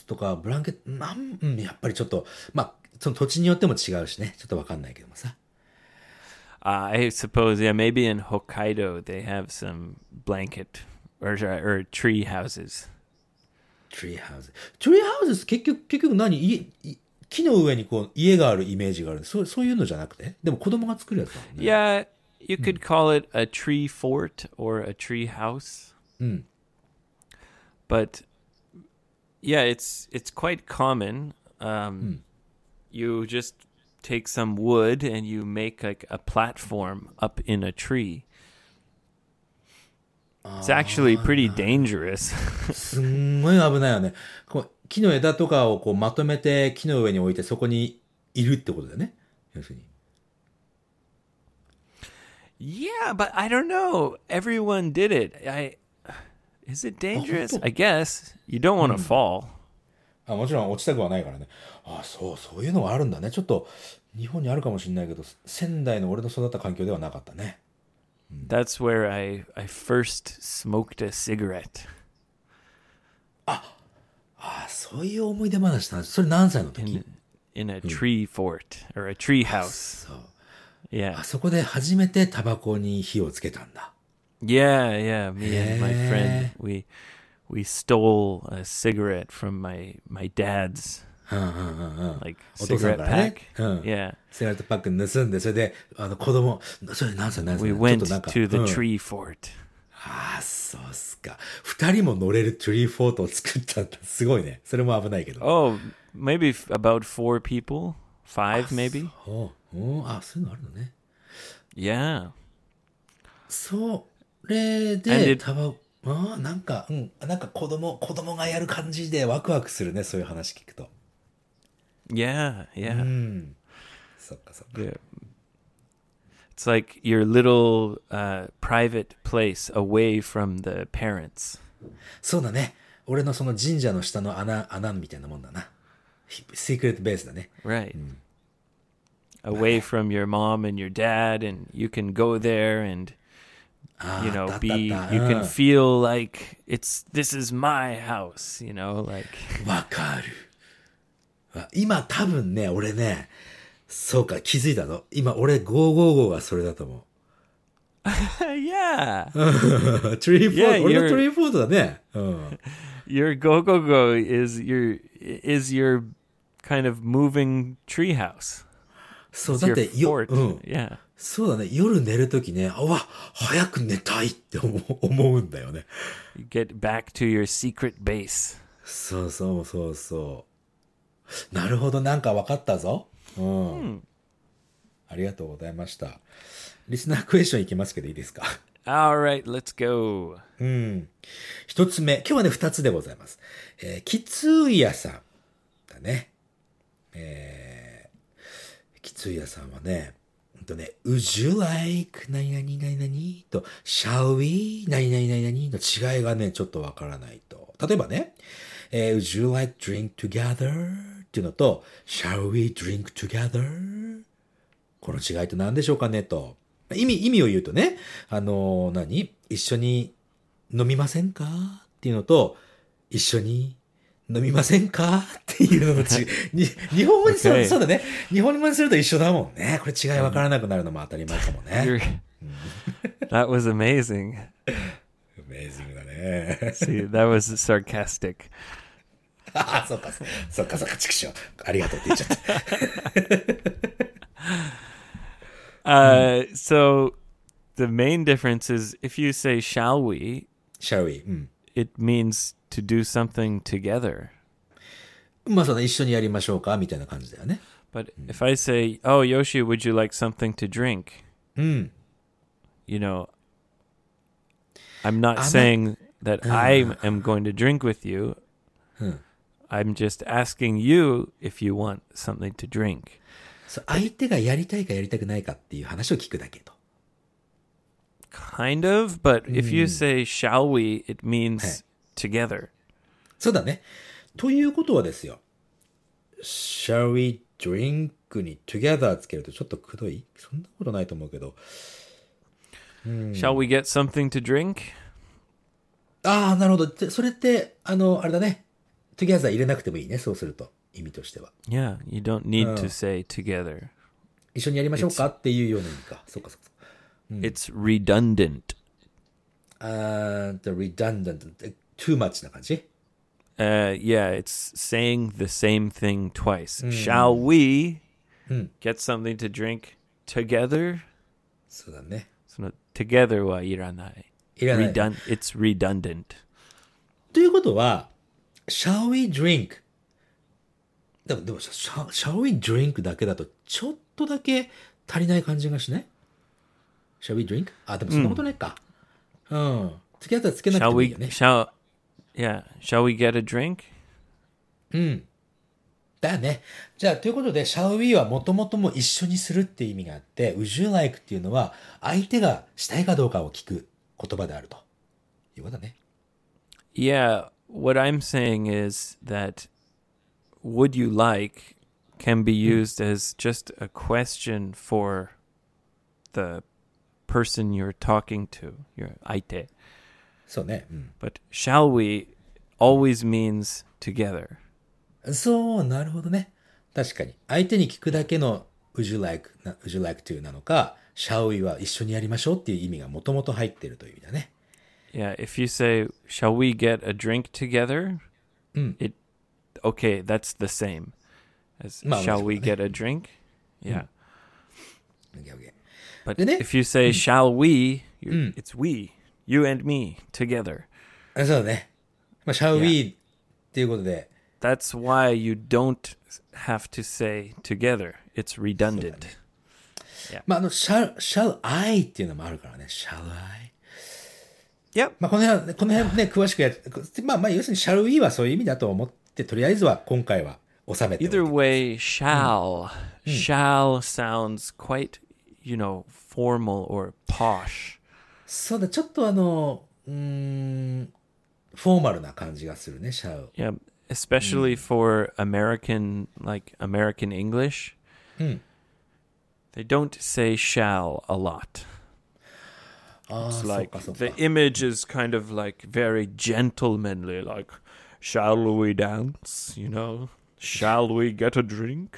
Speaker 2: とかブランケット、なんうん、やっぱりちょっと、まあ、その土地によっても違うしね、ちょっとわかんないけどもさ。
Speaker 1: Uh, I suppose, yeah, maybe in Hokkaido they have some blanket or or tree houses.
Speaker 2: トリーハウス。トリーハウス結局、結局何家、い木の上にこう家があるイメージがある。そう、そういうのじゃなくてでも子供が作るやつだもんね。
Speaker 1: Yeah, you could call it a tree fort or a tree house. But yeah, it's it's quite common. Um, You just take some wood and you make like a platform up in a tree. It's actually pretty dangerous.
Speaker 2: すんごい危ないよね。こう木の枝とかをこうまとめて木の上に置いてそこにいるってことだよね。要するに。
Speaker 1: Yeah, but I don't know. Everyone did it. I is it dangerous?
Speaker 2: Oh.
Speaker 1: I guess you don't want to fall.
Speaker 2: あもちろん落ちたくはないからね。あそう、そういうのがあるんだね。ちょっと、日本にあるかもしれないけど、仙台の俺の育った環境ではなかったね。
Speaker 1: That's where I I first smoked a cigarette
Speaker 2: あそういう思い出話だなそれ何歳の時
Speaker 1: in in a tree fort or a tree house.
Speaker 2: そう。
Speaker 1: Yeah,
Speaker 2: あそこで初めてタバコに火をつけたんだ。
Speaker 1: yeah, yeah. Me and my
Speaker 2: Yeah.
Speaker 1: friend we we stole a cigarette from my my dad's
Speaker 2: うんうんうんうん。
Speaker 1: like
Speaker 2: お父さん
Speaker 1: cigarette
Speaker 2: からね
Speaker 1: pack.。
Speaker 2: うん。
Speaker 1: Yeah,
Speaker 2: セガレットパック盗んで、それで、あの、子供、それ何歳何
Speaker 1: we
Speaker 2: 歳ちょっ
Speaker 1: went
Speaker 2: なんか
Speaker 1: to
Speaker 2: う
Speaker 1: the
Speaker 2: ん
Speaker 1: tree fort.
Speaker 2: あ、そうっすか。二人も乗れるトリーフォートを作ったんだ。すごいね。それも危ないけど。
Speaker 1: Oh, maybe f- about four people, five maybe.
Speaker 2: おおあ、そういうのあるのね。
Speaker 1: Yeah.
Speaker 2: それ
Speaker 1: And
Speaker 2: で、
Speaker 1: it-
Speaker 2: タバコ、ああ、なんか、うん、なんか子供、子供がやる感じでワクワクするね、そういう話聞くと。
Speaker 1: Yeah, yeah.
Speaker 2: うん。そっかそっか。
Speaker 1: Yeah. It's like your little uh, private place away from the parents.
Speaker 2: そうだね。俺のその神社の下の穴、穴みたいなもんだな。ヒシークレットベースだね。
Speaker 1: Right. Away from your mom and your dad, and you can go there and,
Speaker 2: ああ、
Speaker 1: you know,
Speaker 2: あったあった
Speaker 1: be,
Speaker 2: う
Speaker 1: you
Speaker 2: ん
Speaker 1: can feel like it's, this is my house, you know, like,
Speaker 2: わかる。あ今多分ね、俺ね、そうか、気づいたの。今俺555がそれだと 思
Speaker 1: yeah.
Speaker 2: う。トリーフォー
Speaker 1: Yeah,
Speaker 2: ト、俺の
Speaker 1: you're-
Speaker 2: トリーフォートだね。うん。
Speaker 1: your go go go is your is your kind of moving treehouse.
Speaker 2: そう、
Speaker 1: It's
Speaker 2: だっ
Speaker 1: your
Speaker 2: てよ、
Speaker 1: fort.
Speaker 2: うん。
Speaker 1: Yeah.
Speaker 2: そうだね、夜寝るときね、あわ、早く寝たいって思う思うんだよね。
Speaker 1: You get back to your secret base.
Speaker 2: そうそうそうそう。なるほど、なんか分かったぞ。うん。ありがとうございました。リスナークエスチョンいきますけどいいですか
Speaker 1: All right, let's go.
Speaker 2: 一つ目。今日はね、二つでございます。えー、きつい屋さん。だね。えー、きつい屋さんはね、ほんとね、would you like 何々何々と shall we 何々何々の違いがね、ちょっとわからないと。例えばね、えー would you like drink together っていうのと shall we drink together この違いって何でしょうかねと。意味、意味を言うとね、あの、何一緒に飲みませんかっていうのと、一緒に飲みませんかっていうのの違い。に日本語にする
Speaker 1: Okay.
Speaker 2: そうだね。日本語にすると一緒だもんね。これ違い分からなくなるのも当たり前かもね。
Speaker 1: You're, that was amazing.
Speaker 2: アメイジングだね。
Speaker 1: See, that was sarcastic.
Speaker 2: ああ、そっか、そっか、そっか、畜生。ありがとうって言っちゃった。
Speaker 1: Uh, so the main difference is if you say "shall we,"
Speaker 2: shall we? うん。
Speaker 1: it means to do something together.
Speaker 2: まあそうだ、一緒にやりましょうかみたいな感じだよね。
Speaker 1: But if I say, "Oh, Yoshi, would you like something to drink?" Hmm. You know, I'm Uh. not saying that I am going to drink with you. I'm just asking you if you want something to drink.
Speaker 2: そう相手がやりたいかやりたくないかっていう話を聞くだけと。
Speaker 1: Kind of, but if you say "shall we," it means together.
Speaker 2: そうだね。ということはですよ。shall we drink に together つけるとちょっとくどいそんなことないと思うけど。
Speaker 1: Shall we get something to drink?
Speaker 2: ああ、なるほど。でそれって、あの、あれだね。together 入れなくてもいいね。そうすると。意味としては。
Speaker 1: Yeah, you don't need to say together.
Speaker 2: 一緒にやりましょうかっていうような意味か。そうかそうか。
Speaker 1: It's redundant.
Speaker 2: あー、the redundant, too much な感じ
Speaker 1: Uh, yeah, it's saying the same thing twice. Shall we get something to drink together?
Speaker 2: そうだね。
Speaker 1: その together はいらない。
Speaker 2: いらない。
Speaker 1: Redund- it's redundant.
Speaker 2: ということは、shall we drink? でも、でも、shall, shall we drink だけだと、ちょっとだけ足りない感じがしない ?shall we drink? あ、でもそんなことないか。うん。つけ合ったらつけなく
Speaker 1: Shall
Speaker 2: てもいい
Speaker 1: we?
Speaker 2: よね。
Speaker 1: Shall? Yeah. Shall we get a drink?
Speaker 2: だよね。じゃあ、ということで、shall we はもともとも一緒にするっていう意味があって、would you like っていうのは、相手がしたいかどうかを聞く言葉であると。いうことだね。
Speaker 1: Yeah. What I'm saying is that would you like can be used as just a question for the person you're talking to, your aite.
Speaker 2: そうね。うん。
Speaker 1: But shall we always means together.
Speaker 2: そう、なるほどね。確かに。相手に聞くだけの would you like, な would you like to なのか、shall we は一緒にやりましょうっていう意味がもともと入ってるという意味だね。
Speaker 1: Yeah, if you say, "Shall we get a drink together?" It okay, that's the same as
Speaker 2: Well,
Speaker 1: "Shall we
Speaker 2: that's-
Speaker 1: get a drink?" Yeah.
Speaker 2: OK, OK.
Speaker 1: But
Speaker 2: Did it?
Speaker 1: if you say, "Shall we?" you It's we, you and me together.
Speaker 2: あそうだね。まあ、shall we っていうことで、
Speaker 1: That's why you don't have to say together. It's redundant.
Speaker 2: まあ、あの、shall, shall I っていうのもあるからね。shall I?
Speaker 1: Yep.
Speaker 2: まあ、この辺は、この辺ね、詳しくやっまあまあ、要するに shall we はそういう意味だと思って、とりあえずは今回は収めておいて
Speaker 1: Either way, shall shall sounds quite, you know, formal or posh.
Speaker 2: そうだ、ちょっとあの、うーん、フォーマルな感じがするね、shall.
Speaker 1: Yeah, Um, especially for American, like American English. They don't say shall a lot.
Speaker 2: ああ、
Speaker 1: It's
Speaker 2: そう
Speaker 1: like
Speaker 2: かそうか
Speaker 1: the。image is kind of like very gentlemanly, like, shall we dance? You know, shall we get a drink?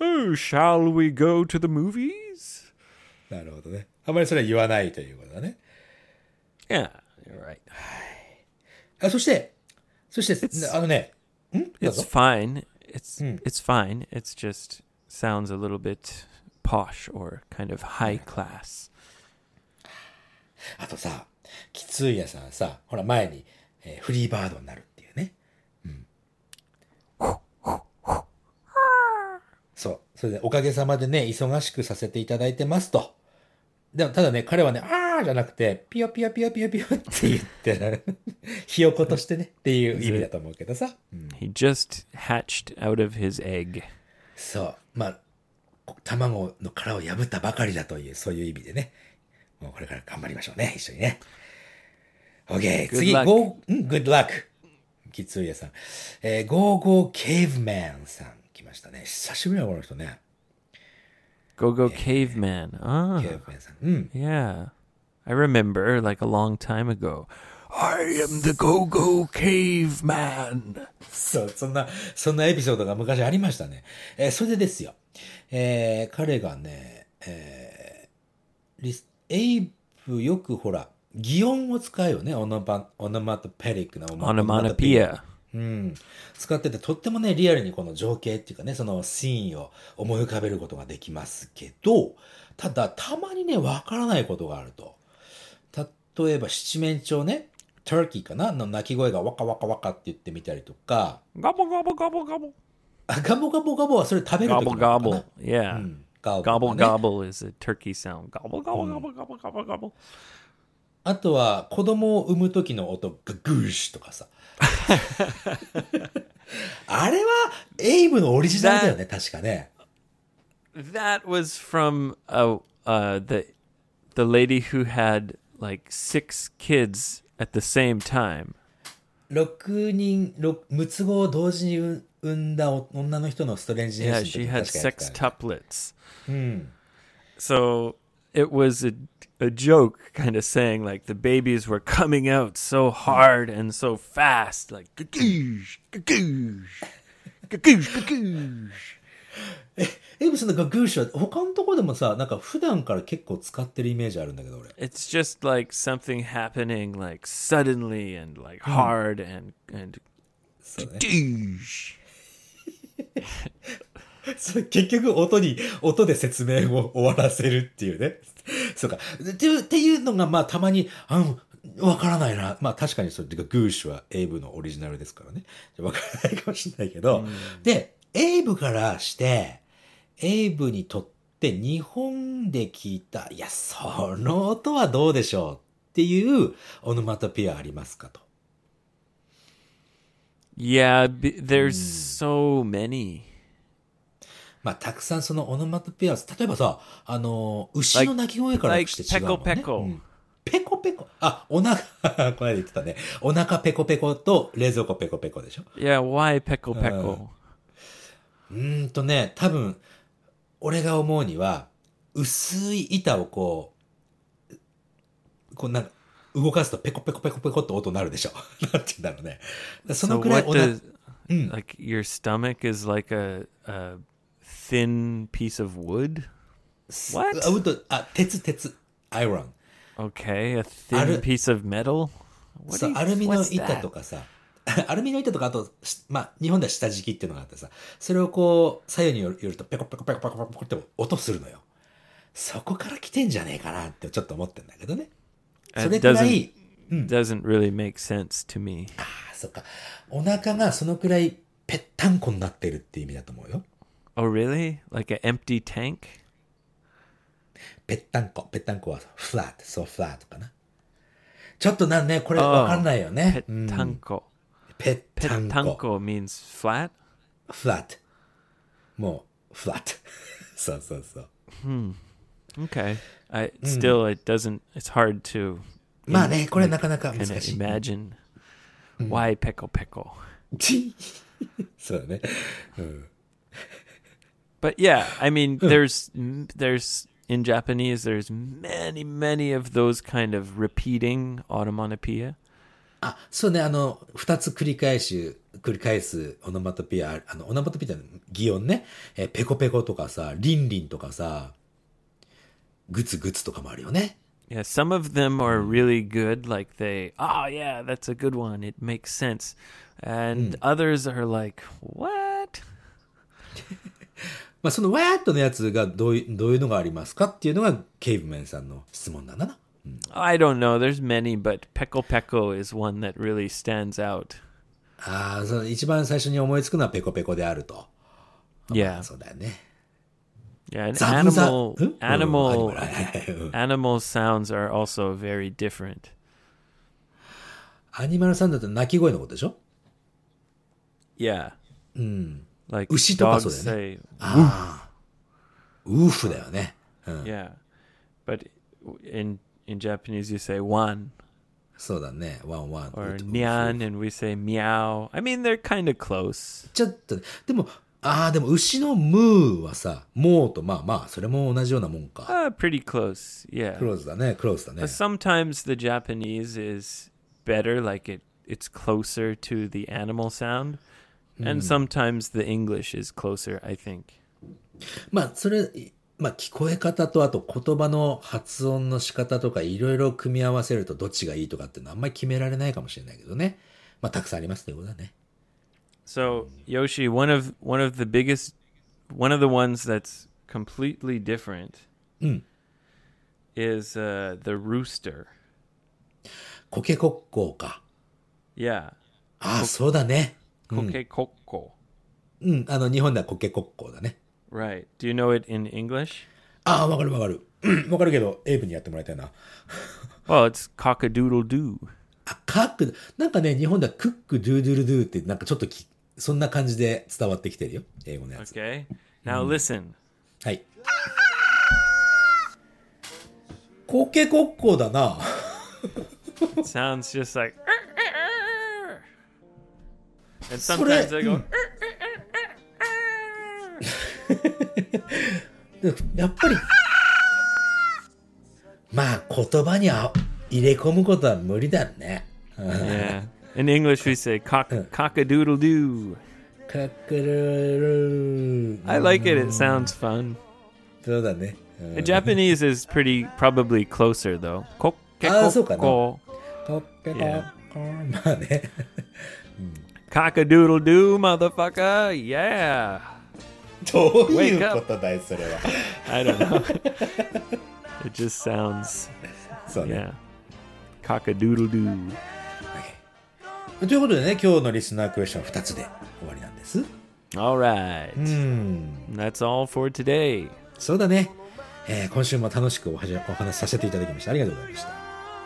Speaker 1: Oh, shall we go to the movies?
Speaker 2: なるほどね。あまりそれは言わないということだね。
Speaker 1: Yeah, you're right.
Speaker 2: あそして、そして、あのね、んどう
Speaker 1: It's
Speaker 2: ぞ
Speaker 1: fine. It's it's fine. It's just sounds a little bit posh or kind of high class.
Speaker 2: あとさ、きついやさんさ、ほら前に、えーフリーバードになるっていうね。うん。そう。それで、おかげさまでね、忙しくさせていただいてますと。でも、ただね、彼はね、あーじゃなくて、ピヨピヨピヨピヨピヨって言ってなる。 ひよことしてね、っていう意味だと思うけどさ。
Speaker 1: He just hatched out of his egg.
Speaker 2: そう。まあ、こ卵の殻を破ったばかりだという、そういう意味でね。もうこれから頑張りましょうね、一緒にね。OK、次、
Speaker 1: luck.
Speaker 2: Go、うん、Good luck! キツウヤさん。えー、Go Go Caveman さん来ましたね。久しぶりだ、この人ね。
Speaker 1: Go Go Caveman. Ah,
Speaker 2: ケーブルさんうん。
Speaker 1: yeah. I remember like a long time ago. I am the Go Go Caveman.
Speaker 2: そう、そんな、そんなエピソードが昔ありましたね。えーそれでですよ。えー彼がね、えーリスエイプよくほら、擬音を使うよね。オノマオノマトペリックなオノ
Speaker 1: Onomatopoeia.
Speaker 2: うん。使ってて、とってもね、リアルにこの情景っていうかね、そのシーンを思い浮かべることができますけど、ただ、たまにね、わからないことがあると。例えば、七面鳥ね、ターキーかなの鳴き声がワカワカワカって言ってみたりとか、
Speaker 1: Gobble gobble gobble gobble.
Speaker 2: あガボガボガボはそれ食べる時
Speaker 1: Gobble
Speaker 2: のかな
Speaker 1: gobble.
Speaker 2: う
Speaker 1: Yeah.
Speaker 2: んガボガボ
Speaker 1: Gobble
Speaker 2: ね
Speaker 1: gobble is a turkey sound. Gobble gobble gobble gobble gobble gobble.
Speaker 2: あとは子供を産む時の音がグーシュとかさ あれはエイブのオリジナルだよね確かね
Speaker 1: That was from uh, uh, the the lady who had like six kids at the same time.
Speaker 2: 6人六六つ子を同時に産産んだお女の人のストレンジニュ
Speaker 1: Yeah,
Speaker 2: ース
Speaker 1: she had
Speaker 2: 確
Speaker 1: sex
Speaker 2: かやっ
Speaker 1: tuplets. So it was a, a joke, kind of saying like the babies were coming out so hard and so fast, like "Gagoosh, gagoosh, gagoosh, gagoosh."
Speaker 2: たエイブそのグーシュは他のところでもさなんか普段から結構使ってるイメージあるんだけど俺
Speaker 1: It's just like something happening like suddenly and like hard and and
Speaker 2: そうね
Speaker 1: "Gagoosh."
Speaker 2: そう結局音に、音で説明を終わらせるっていうね。 そうか。っていう、っていうのが、まあ、たまに、あの、わからないな。まあ、確かにそれ、てか、グーシュはエイブのオリジナルですからね。わからないかもしれないけど。で、エイブからして、エイブにとって日本で聞いた、いや、その音はどうでしょうっていうオノマトピアありますかと。
Speaker 1: Yeah, b- there's so many.
Speaker 2: まあ、たくさんそのオノマトペア、例えばさ、あの、牛
Speaker 1: Like-
Speaker 2: の鳴き声からして違うもんね。
Speaker 1: like ペコペコ
Speaker 2: うんペコペコ。あ、お腹、 この間言ってたね。お腹ペコペコと冷蔵庫ペコペコでしょ。
Speaker 1: Yeah, why peckle peckle?
Speaker 2: うーんとね、多分、俺が思うには、薄い板をこう、こうなんか、動かすとペコペコペコペコって音鳴るでしょ。 なんて言うんだろうね。そ
Speaker 1: so
Speaker 2: のくらい
Speaker 1: what
Speaker 2: お腹
Speaker 1: does
Speaker 2: Mm.
Speaker 1: like your stomach is like a, a thin piece of wood
Speaker 2: あ、う
Speaker 1: what
Speaker 2: んと、あ、鉄、鉄、アイロン。
Speaker 1: okay a
Speaker 2: I
Speaker 1: thin
Speaker 2: don't-
Speaker 1: piece of metal what
Speaker 2: そ
Speaker 1: do
Speaker 2: う
Speaker 1: you-
Speaker 2: アルミの
Speaker 1: what's
Speaker 2: 板
Speaker 1: that?
Speaker 2: とかさアルミの板とかあと、しまあ、日本では下敷きっていうのがあってさそれをこう左右によるよるとペコペコペコペコペコペコって音するのよそこから来てんじゃねえかなってちょっと思ってんだけどねそ
Speaker 1: It
Speaker 2: れくら
Speaker 1: doesn't
Speaker 2: い mm.
Speaker 1: doesn't really make sense to me
Speaker 2: あそっかお腹がそのくらいぺったんこになってるって意味だと思うよ
Speaker 1: oh really like an empty tank
Speaker 2: ぺったんこぺったんこはフラットそうフラットかなちょっとなんねこれわかんないよねうん
Speaker 1: petanko
Speaker 2: ぺったんこ
Speaker 1: petanko means flat
Speaker 2: フラットもうフラットそうそうそう
Speaker 1: okay i
Speaker 2: Mm.
Speaker 1: still it doesn't it's hard to
Speaker 2: まあね、これはなかなか
Speaker 1: kind
Speaker 2: 難
Speaker 1: of
Speaker 2: しい。
Speaker 1: imagine
Speaker 2: mm.
Speaker 1: why peckle peckle
Speaker 2: そうだね。
Speaker 1: But yeah, I mean, there's there's in Japanese, there's many many of those kind of repeating onomatopoeia.
Speaker 2: あ、そうね、あの、二つ繰り返し、繰り返すオノマトピア、あの、オノマトピアの擬音ね、えーペコペコとかさ、リンリンとかさ、グツグツとかもあるよね。
Speaker 1: Yeah, some of them are really good. Like they, oh yeah, that's a good one. It makes sense. And others are like, what?
Speaker 2: まあ、そのわーっとのやつがどういう、どういうのがありますかっていうのが、ケイブメンさんの質問なんだな。
Speaker 1: I don't know. There's many, but peckle peckle is one that really stands out.
Speaker 2: ああ、その一番最初に思いつくのはペコペコであると。
Speaker 1: Yeah,
Speaker 2: そうだよね。
Speaker 1: yeah. And
Speaker 2: ザブザ
Speaker 1: animal animal
Speaker 2: んうんアニマルはいはいはい
Speaker 1: animal
Speaker 2: うん
Speaker 1: sounds are also very different.
Speaker 2: アニマルさんだと鳴き声のことでしょ
Speaker 1: Yeah. Hmm. Like
Speaker 2: 牛とか
Speaker 1: dogs
Speaker 2: そうだよね。
Speaker 1: say
Speaker 2: ウーフだよね。
Speaker 1: Yeah, but in in Japanese you say wan
Speaker 2: そうだね。ワンワン。
Speaker 1: or
Speaker 2: う
Speaker 1: nyan, and we say meow. I mean they're kind of close.
Speaker 2: ちょっとね、でも、ああ、でも牛のムーはさ、モーとまあまあ、それも同じようなもんか。
Speaker 1: Uh, pretty close. Yeah.
Speaker 2: クローズだね、クローズだね
Speaker 1: But。sometimes the Japanese is better, like it it's closer to the animal sound, and sometimes the English is closer. I think.
Speaker 2: まあ、それ、いまあ、聞こえ方とあと言葉の発音の仕方とかいろいろ組み合わせるとどっちがいいとかっていうのはあんまり決められないかもしれないけどね。まあ、たくさんありますということだね。
Speaker 1: So Yoshi, one of one of the biggest, one of the ones that's completely different, is uh, the rooster.
Speaker 2: コケコッコーか。
Speaker 1: Yeah,
Speaker 2: ああ、そうだね。
Speaker 1: kokekoko.
Speaker 2: うん、あの、日本ではコケコッコーだね。
Speaker 1: Right. Do you know it in English?
Speaker 2: ああ、わかるわかる。うんわかるけど、エイブにやってもらいたいな。
Speaker 1: Well, it's cockadoodle doo.
Speaker 2: あ、カック、なんかね、日本ではクックドゥドゥルドゥってなんかちょっとき、そんな感じで伝わってきてるよ。英語のやつ。
Speaker 1: Okay. Now listen.
Speaker 2: はい。コケコッコーだな。
Speaker 1: It sounds just like. And sometimes I go.
Speaker 2: でやっぱり、まあ言葉にあ入れ込むことは無理だね。
Speaker 1: Yeah. In English, we say cock cockadoodle doo.
Speaker 2: かくるる
Speaker 1: I like it. It sounds fun.
Speaker 2: そうだね。うん、
Speaker 1: The Uh, Japanese is pretty probably closer though. Kokekoko.
Speaker 2: コケコッコー。まあね。
Speaker 1: Cockadoodle doo, motherfucker. Yeah.
Speaker 2: どうい
Speaker 1: Wake
Speaker 2: う
Speaker 1: up.
Speaker 2: ことだよ、それは。
Speaker 1: I don't know. it just sounds
Speaker 2: そうね。
Speaker 1: yeah. Cockadoodle doo.
Speaker 2: ということでね、今日のリスナークエスチョン2つで終わりなんです。
Speaker 1: All right.
Speaker 2: Hmm. うん。
Speaker 1: That's all for today.
Speaker 2: そうだね。えー今週も楽しくおはじお話しさせていただきました。ありがとうございました。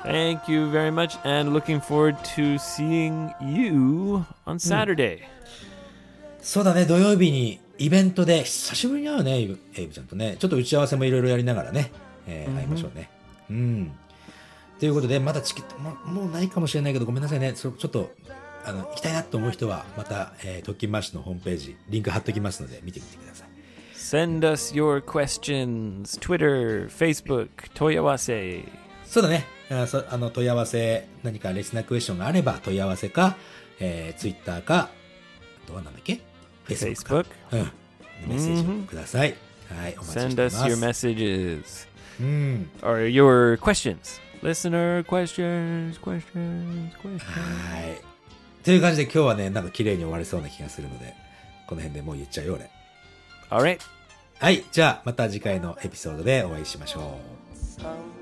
Speaker 1: Thank you very much, and looking forward to seeing you on Saturday.
Speaker 2: そうだね、土曜日にイベントで久しぶりに会うね、エイブエイブちゃんとね。ちょっと打ち合わせもいろいろやりながらね、えー会いましょうね。うん。ということで、まだチケットももうないかもしれないけど、ごめんなさいね。そちょっと、あの、行きたいなと思う人は、また、えー、特勤マッシュのホームページ、リンク貼っときますので、見てみてください。
Speaker 1: Send us your questions Twitter, Facebook, Toyawase.
Speaker 2: そうだね。あそあの問い合わせ、何かレスナークエスチョンがあれば問い合わせか、えー、ツイッターか、あとはなんだっけ ?Facebook か。
Speaker 1: Facebook.
Speaker 2: うん。メッセージをください。はい、お待ちしており
Speaker 1: Send
Speaker 2: ます。
Speaker 1: us your messages
Speaker 2: うん。
Speaker 1: or your questions. Listener questions, questions, questions.
Speaker 2: はい。という感じで今日はね、なんか綺麗に終われそうな気がするので、この辺でもう言っちゃうよ、俺。
Speaker 1: All right.
Speaker 2: はい、じゃあまた次回のエピソードでお会いしましょう。
Speaker 5: Oh